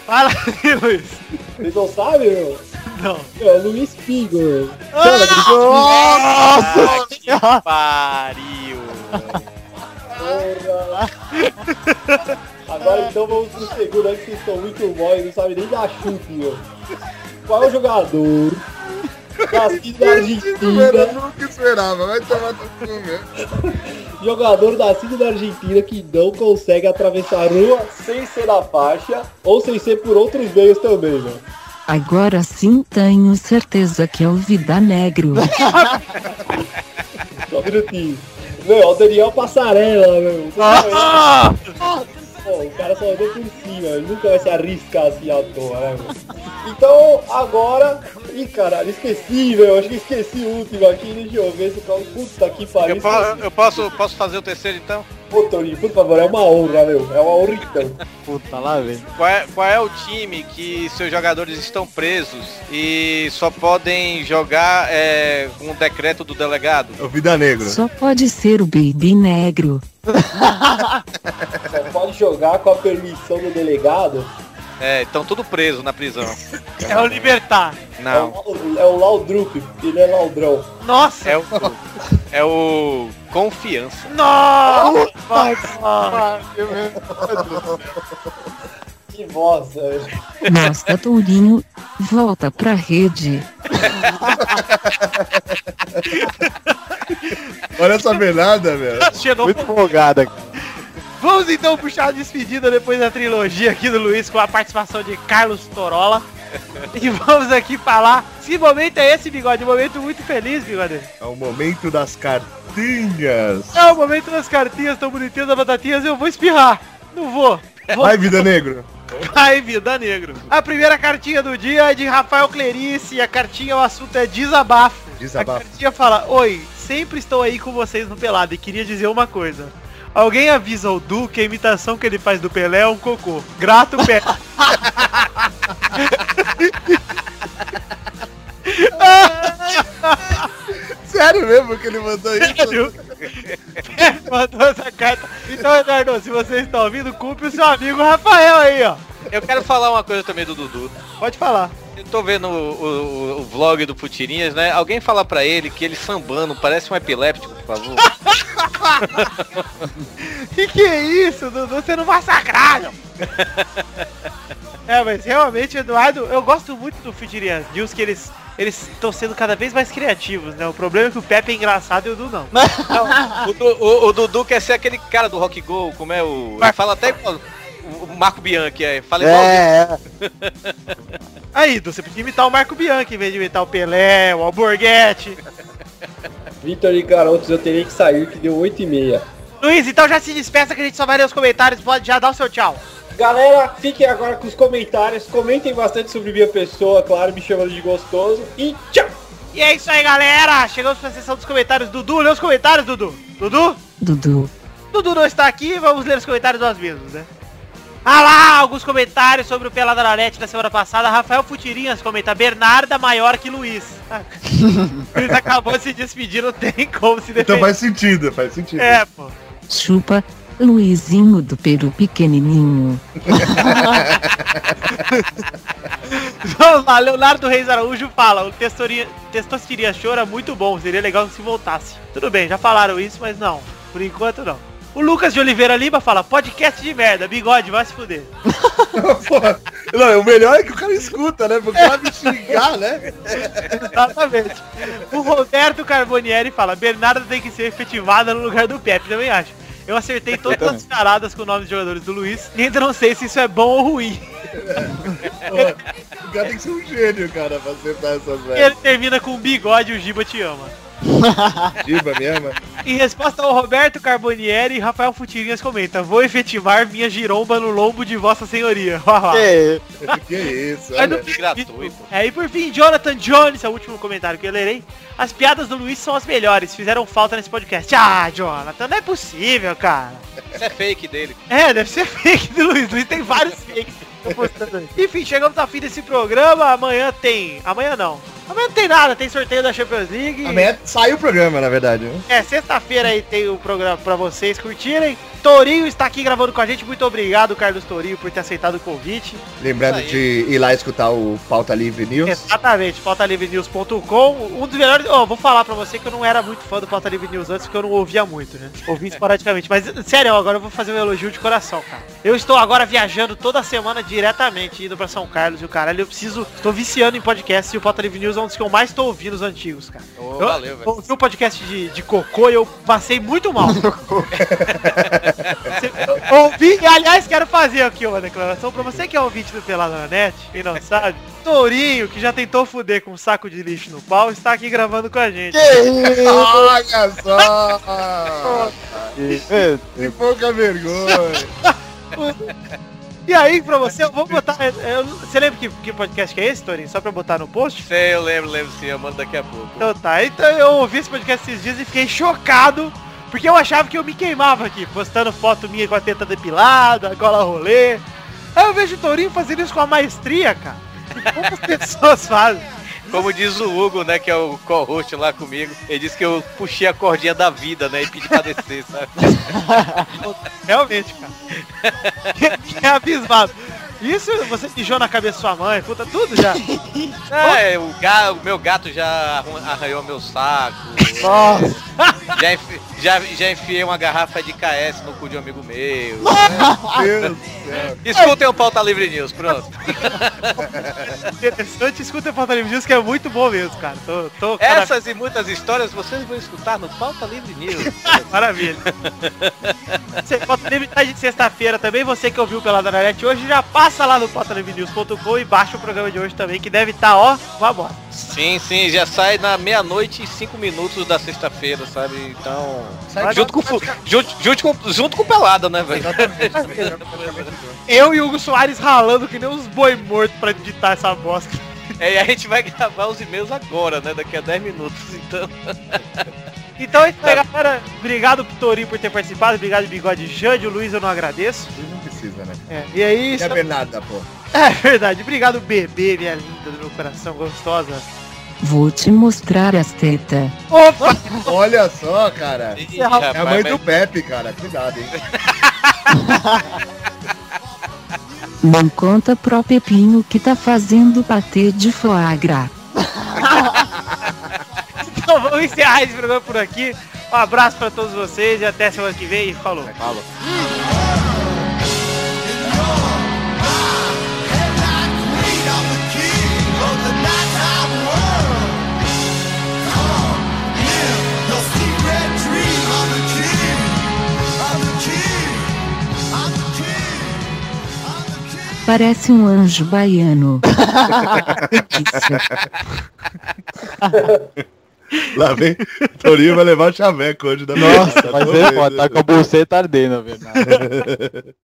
[SPEAKER 4] Fala aí, Luiz.
[SPEAKER 2] Vocês não sabem, meu?
[SPEAKER 4] Não.
[SPEAKER 2] É o Luiz Figo, meu.
[SPEAKER 4] Ah,
[SPEAKER 6] Nossa, que pariu.
[SPEAKER 2] Porra. Agora então vamos pro segundo aí que vocês estão muito bons e não sabem nem dar chute, meu. Qual é o jogador? Nascido na
[SPEAKER 9] Eu
[SPEAKER 2] Argentina.
[SPEAKER 9] nunca esperava, vai tomar teu cu mesmo.
[SPEAKER 2] Jogador nascido na Argentina que não consegue atravessar a rua sem ser na faixa ou sem ser por outros meios também, meu.
[SPEAKER 1] Agora sim tenho certeza que é o Vida Negro.
[SPEAKER 2] Só um minutinho. Meu, é o Daniel Passarela, meu.
[SPEAKER 4] Ah!
[SPEAKER 2] Pô, o cara só andou por cima, ele nunca vai se arriscar assim à toa, né, meu? Então, agora... Ih, caralho, esqueci, meu. Acho que esqueci o último aqui. Deixa eu ver se o cara... Puta que pariu.
[SPEAKER 6] Eu, po- eu posso, posso fazer o terceiro então?
[SPEAKER 2] Pô, Toninho, por favor, é uma honra, meu. É uma honra, então.
[SPEAKER 10] Puta lá, velho.
[SPEAKER 6] Qual é, qual é o time que seus jogadores estão presos e só podem jogar é, com o decreto do delegado?
[SPEAKER 9] É o Vida Negra.
[SPEAKER 1] Só pode ser o Baby Negro.
[SPEAKER 2] Só pode jogar com a permissão do delegado.
[SPEAKER 6] É, estão tudo preso na prisão.
[SPEAKER 4] É o Libertar.
[SPEAKER 2] É o,
[SPEAKER 6] Não,
[SPEAKER 2] Lau- é o Laudrup, ele é Laudrão.
[SPEAKER 4] Nossa!
[SPEAKER 6] é o, é o confiança.
[SPEAKER 4] Nossa! Nossa!
[SPEAKER 2] Que voz, velho.
[SPEAKER 1] Nossa, Tourinho, volta pra rede.
[SPEAKER 9] Olha essa velada, velho.
[SPEAKER 4] Chegou.
[SPEAKER 10] Muito folgada.
[SPEAKER 4] Vamos então puxar a despedida depois da trilogia aqui do Luiz com a participação de Carlos Torola. E vamos aqui falar. Que momento é esse, bigode? Um momento muito feliz, bigode.
[SPEAKER 9] É o momento das cartinhas.
[SPEAKER 4] É o momento das cartinhas tão bonitinhas das batatinhas. Eu vou espirrar. Não vou. Vou
[SPEAKER 9] Vai, Vida Negra.
[SPEAKER 4] Ai, vida negro. A primeira cartinha do dia é de Rafael Clerice. E a cartinha, o assunto é desabafo. A
[SPEAKER 9] Desabafo.
[SPEAKER 4] cartinha fala, oi, sempre estou aí com vocês no Pelado e queria dizer uma coisa. Alguém avisa o Du que a imitação que ele faz do Pelé é um cocô. Grato, Pelé.
[SPEAKER 9] Sério mesmo que ele mandou isso?
[SPEAKER 4] Sério? Mandou essa carta. Então, Eduardo, se vocês estão ouvindo, culpe o seu amigo Rafael aí, ó.
[SPEAKER 6] Eu quero falar uma coisa também do Dudu.
[SPEAKER 4] Pode falar.
[SPEAKER 6] Eu tô vendo o, o- o vlog do Putirinhas, né? Alguém fala pra ele que ele sambando parece um epiléptico, por favor.
[SPEAKER 4] Que que é isso, Dudu sendo massacrado? é, mas realmente, Eduardo, eu gosto muito do Fidirian News, que eles eles estão sendo cada vez mais criativos, né? O problema é que o Pepe é engraçado e o Dudu não.
[SPEAKER 6] Não, o, Du- o- o Dudu quer ser aquele cara do Rock Go, como é o. Ele fala até igual o o Marco Bianchi, é. Fala igual
[SPEAKER 10] É, é.
[SPEAKER 4] Aí, Dudu, você podia imitar o Marco Bianchi em vez de imitar o Pelé, o Alborguete.
[SPEAKER 2] Vitor e garotos, eu teria que sair que deu 8 e meia.
[SPEAKER 4] Luiz, então já se despeça que a gente só vai ler os comentários, pode já dar o seu tchau.
[SPEAKER 2] Galera, fiquem agora com os comentários. Comentem bastante sobre minha pessoa, claro, me chamando de gostoso. E tchau!
[SPEAKER 4] E é isso aí, galera! Chegamos pra sessão dos comentários. Dudu, lê os comentários, Dudu! Dudu?
[SPEAKER 1] Dudu,
[SPEAKER 4] Dudu não está aqui, vamos ler os comentários nós mesmos, né? Ah lá, alguns comentários sobre o Pelada na Net da semana passada. Rafael Futirinhas comenta, Bernarda maior que Luiz. Ah, Luiz acabou de se despedir, não tem como se defender.
[SPEAKER 9] Então faz sentido, faz sentido.
[SPEAKER 4] É, pô.
[SPEAKER 1] chupa, Luizinho do Peru pequenininho.
[SPEAKER 4] Vamos lá, Leonardo Reis Araújo fala, o testoria- Testosteria Show era muito bom, seria legal se voltasse. Tudo bem, já falaram isso, mas não, por enquanto não. O Lucas de Oliveira Lima fala, podcast de merda, bigode, vai se fuder.
[SPEAKER 9] Não, o melhor é que o cara escuta, né? Porque o cara me xingar, né?
[SPEAKER 4] Exatamente. O Roberto Carbonieri fala, Bernardo tem que ser efetivada no lugar do Pepe, também acho. Eu acertei todas as caradas com o nome de jogadores do Luiz, e ainda não sei se isso é bom ou ruim.
[SPEAKER 9] O cara tem que ser um gênio, cara, pra acertar essas
[SPEAKER 2] É.
[SPEAKER 4] E ele
[SPEAKER 9] velhas.
[SPEAKER 4] termina com bigode e o Giba te ama.
[SPEAKER 9] Giba mesmo? é?
[SPEAKER 4] Em resposta ao Roberto Carbonieri, Rafael Futirinhas comenta, vou efetivar minha giromba no lombo de vossa senhoria. Vá
[SPEAKER 8] é,
[SPEAKER 4] lá.
[SPEAKER 9] Que isso,
[SPEAKER 4] Mas não
[SPEAKER 9] olha.
[SPEAKER 4] fica isso. É, e por fim, Jonathan Jones, é o último comentário que eu lerei. As piadas do Luiz são as melhores, fizeram falta nesse podcast. Ah, Jonathan, não é possível, cara.
[SPEAKER 6] Isso é fake dele.
[SPEAKER 4] É, deve ser fake do Luiz. Luiz tem vários fakes. que eu tô postando aí. Enfim, chegamos ao fim desse programa. Amanhã tem. Amanhã não. Amanhã não tem nada, tem sorteio da Champions League.
[SPEAKER 9] Amanhã saiu o programa, na verdade. né?
[SPEAKER 4] É, sexta-feira aí tem o programa pra vocês curtirem. Torinho está aqui gravando com a gente. Muito obrigado, Carlos Torinho, por ter aceitado o convite.
[SPEAKER 9] Lembrando de ir lá escutar o Pauta Livre News.
[SPEAKER 4] Exatamente, pautalivrenews.com. Um dos melhores. Ó, vou falar pra você que eu não era muito fã do Pauta Livre News antes, porque eu não ouvia muito, né? Ouvi esporadicamente. Mas, sério, agora eu vou fazer um elogio de coração, cara. Eu estou agora viajando toda semana diretamente, indo pra São Carlos e o caralho. Eu preciso. Estou viciando em podcast e o Pauta Livre News é um dos que eu mais tô ouvindo os antigos, cara.
[SPEAKER 6] Ô,
[SPEAKER 4] eu,
[SPEAKER 6] valeu, velho.
[SPEAKER 4] eu ouvi o podcast de, de cocô e eu passei muito mal. Você- eu ouvi, e, aliás, quero fazer aqui uma declaração pra você que é ouvinte do Pelada na Net e não sabe. Tourinho, que já tentou fuder com um saco de lixo no pau, está aqui gravando com a gente.
[SPEAKER 9] Olha só! Que pouca vergonha!
[SPEAKER 4] E aí, pra você, eu vou botar. eu- eu- você lembra que, que podcast que é esse, Tourinho? Só pra eu botar no post?
[SPEAKER 6] Sei, eu lembro, lembro sim, eu mando daqui a pouco.
[SPEAKER 4] Então tá, então eu ouvi esse podcast esses dias e fiquei chocado, porque eu achava que eu me queimava aqui, postando foto minha com a teta depilada, cola rolê. Aí eu vejo o Tourinho fazendo isso com a maestria, cara. Como as pessoas fazem.
[SPEAKER 6] Como diz o Hugo, né, que é o co-host lá comigo, ele disse que eu puxei a cordinha da vida, né, e pedi pra descer, sabe?
[SPEAKER 4] Realmente, cara. é abismado. Isso você mijou na cabeça da sua mãe, puta, tudo já.
[SPEAKER 6] É, o, ga- o meu gato já arran- arranhou meu saco. Já, enfi- já, já enfiei uma garrafa de KS no cu de um amigo meu.
[SPEAKER 9] Deus.
[SPEAKER 6] Escutem o Pauta Livre News, pronto.
[SPEAKER 4] Interessante, escuta o Pauta Livre News que é muito bom mesmo, cara. Tô, tô cada-
[SPEAKER 6] Essas e muitas histórias vocês vão escutar no Pauta Livre News.
[SPEAKER 4] Maravilha. Você, Pauta Livre tá de sexta-feira também. Você que ouviu pela Danarete hoje, já passa lá no pautalivrenews.com e baixa o programa de hoje também, que deve estar, ó, uma bosta.
[SPEAKER 6] Sim, sim, já sai na meia-noite e cinco minutos da sexta-feira, sabe? Então.
[SPEAKER 4] Sai-
[SPEAKER 6] junto, com, fu- junto, junto com, junto com pelada, né, velho?
[SPEAKER 4] Eu e o Hugo Soares ralando que nem uns boi morto pra editar essa bosta.
[SPEAKER 6] É, e a gente vai gravar os e-mails agora, né? Daqui a 10 minutos, então.
[SPEAKER 4] Então é isso aí, galera. Obrigado, Torinho, por ter participado. Obrigado, Bigode Jande. O Luiz eu não agradeço.
[SPEAKER 9] Não precisa, né?
[SPEAKER 4] É, e aí,
[SPEAKER 9] Não é
[SPEAKER 4] estamos-
[SPEAKER 9] Bernarda, pô.
[SPEAKER 4] é verdade. Obrigado, bebê, minha linda do meu coração gostosa.
[SPEAKER 1] Vou te mostrar as tetas.
[SPEAKER 4] Opa!
[SPEAKER 9] Olha só, cara.
[SPEAKER 6] Ih,
[SPEAKER 9] É a mãe
[SPEAKER 6] rapaz,
[SPEAKER 9] do
[SPEAKER 6] mas-
[SPEAKER 9] Pepe, cara. Cuidado, hein?
[SPEAKER 1] Não conta pro Pepinho que tá fazendo bater de foie gras.
[SPEAKER 4] Então vamos encerrar esse programa por aqui. Um abraço pra todos vocês e até semana que vem. Falou. Falou.
[SPEAKER 1] Parece um anjo baiano.
[SPEAKER 9] Lá vem. Torinho vai levar chaveco hoje da
[SPEAKER 8] Nossa, mas é foda, tá com a
[SPEAKER 9] acabou.
[SPEAKER 8] buceta ardendo, velho.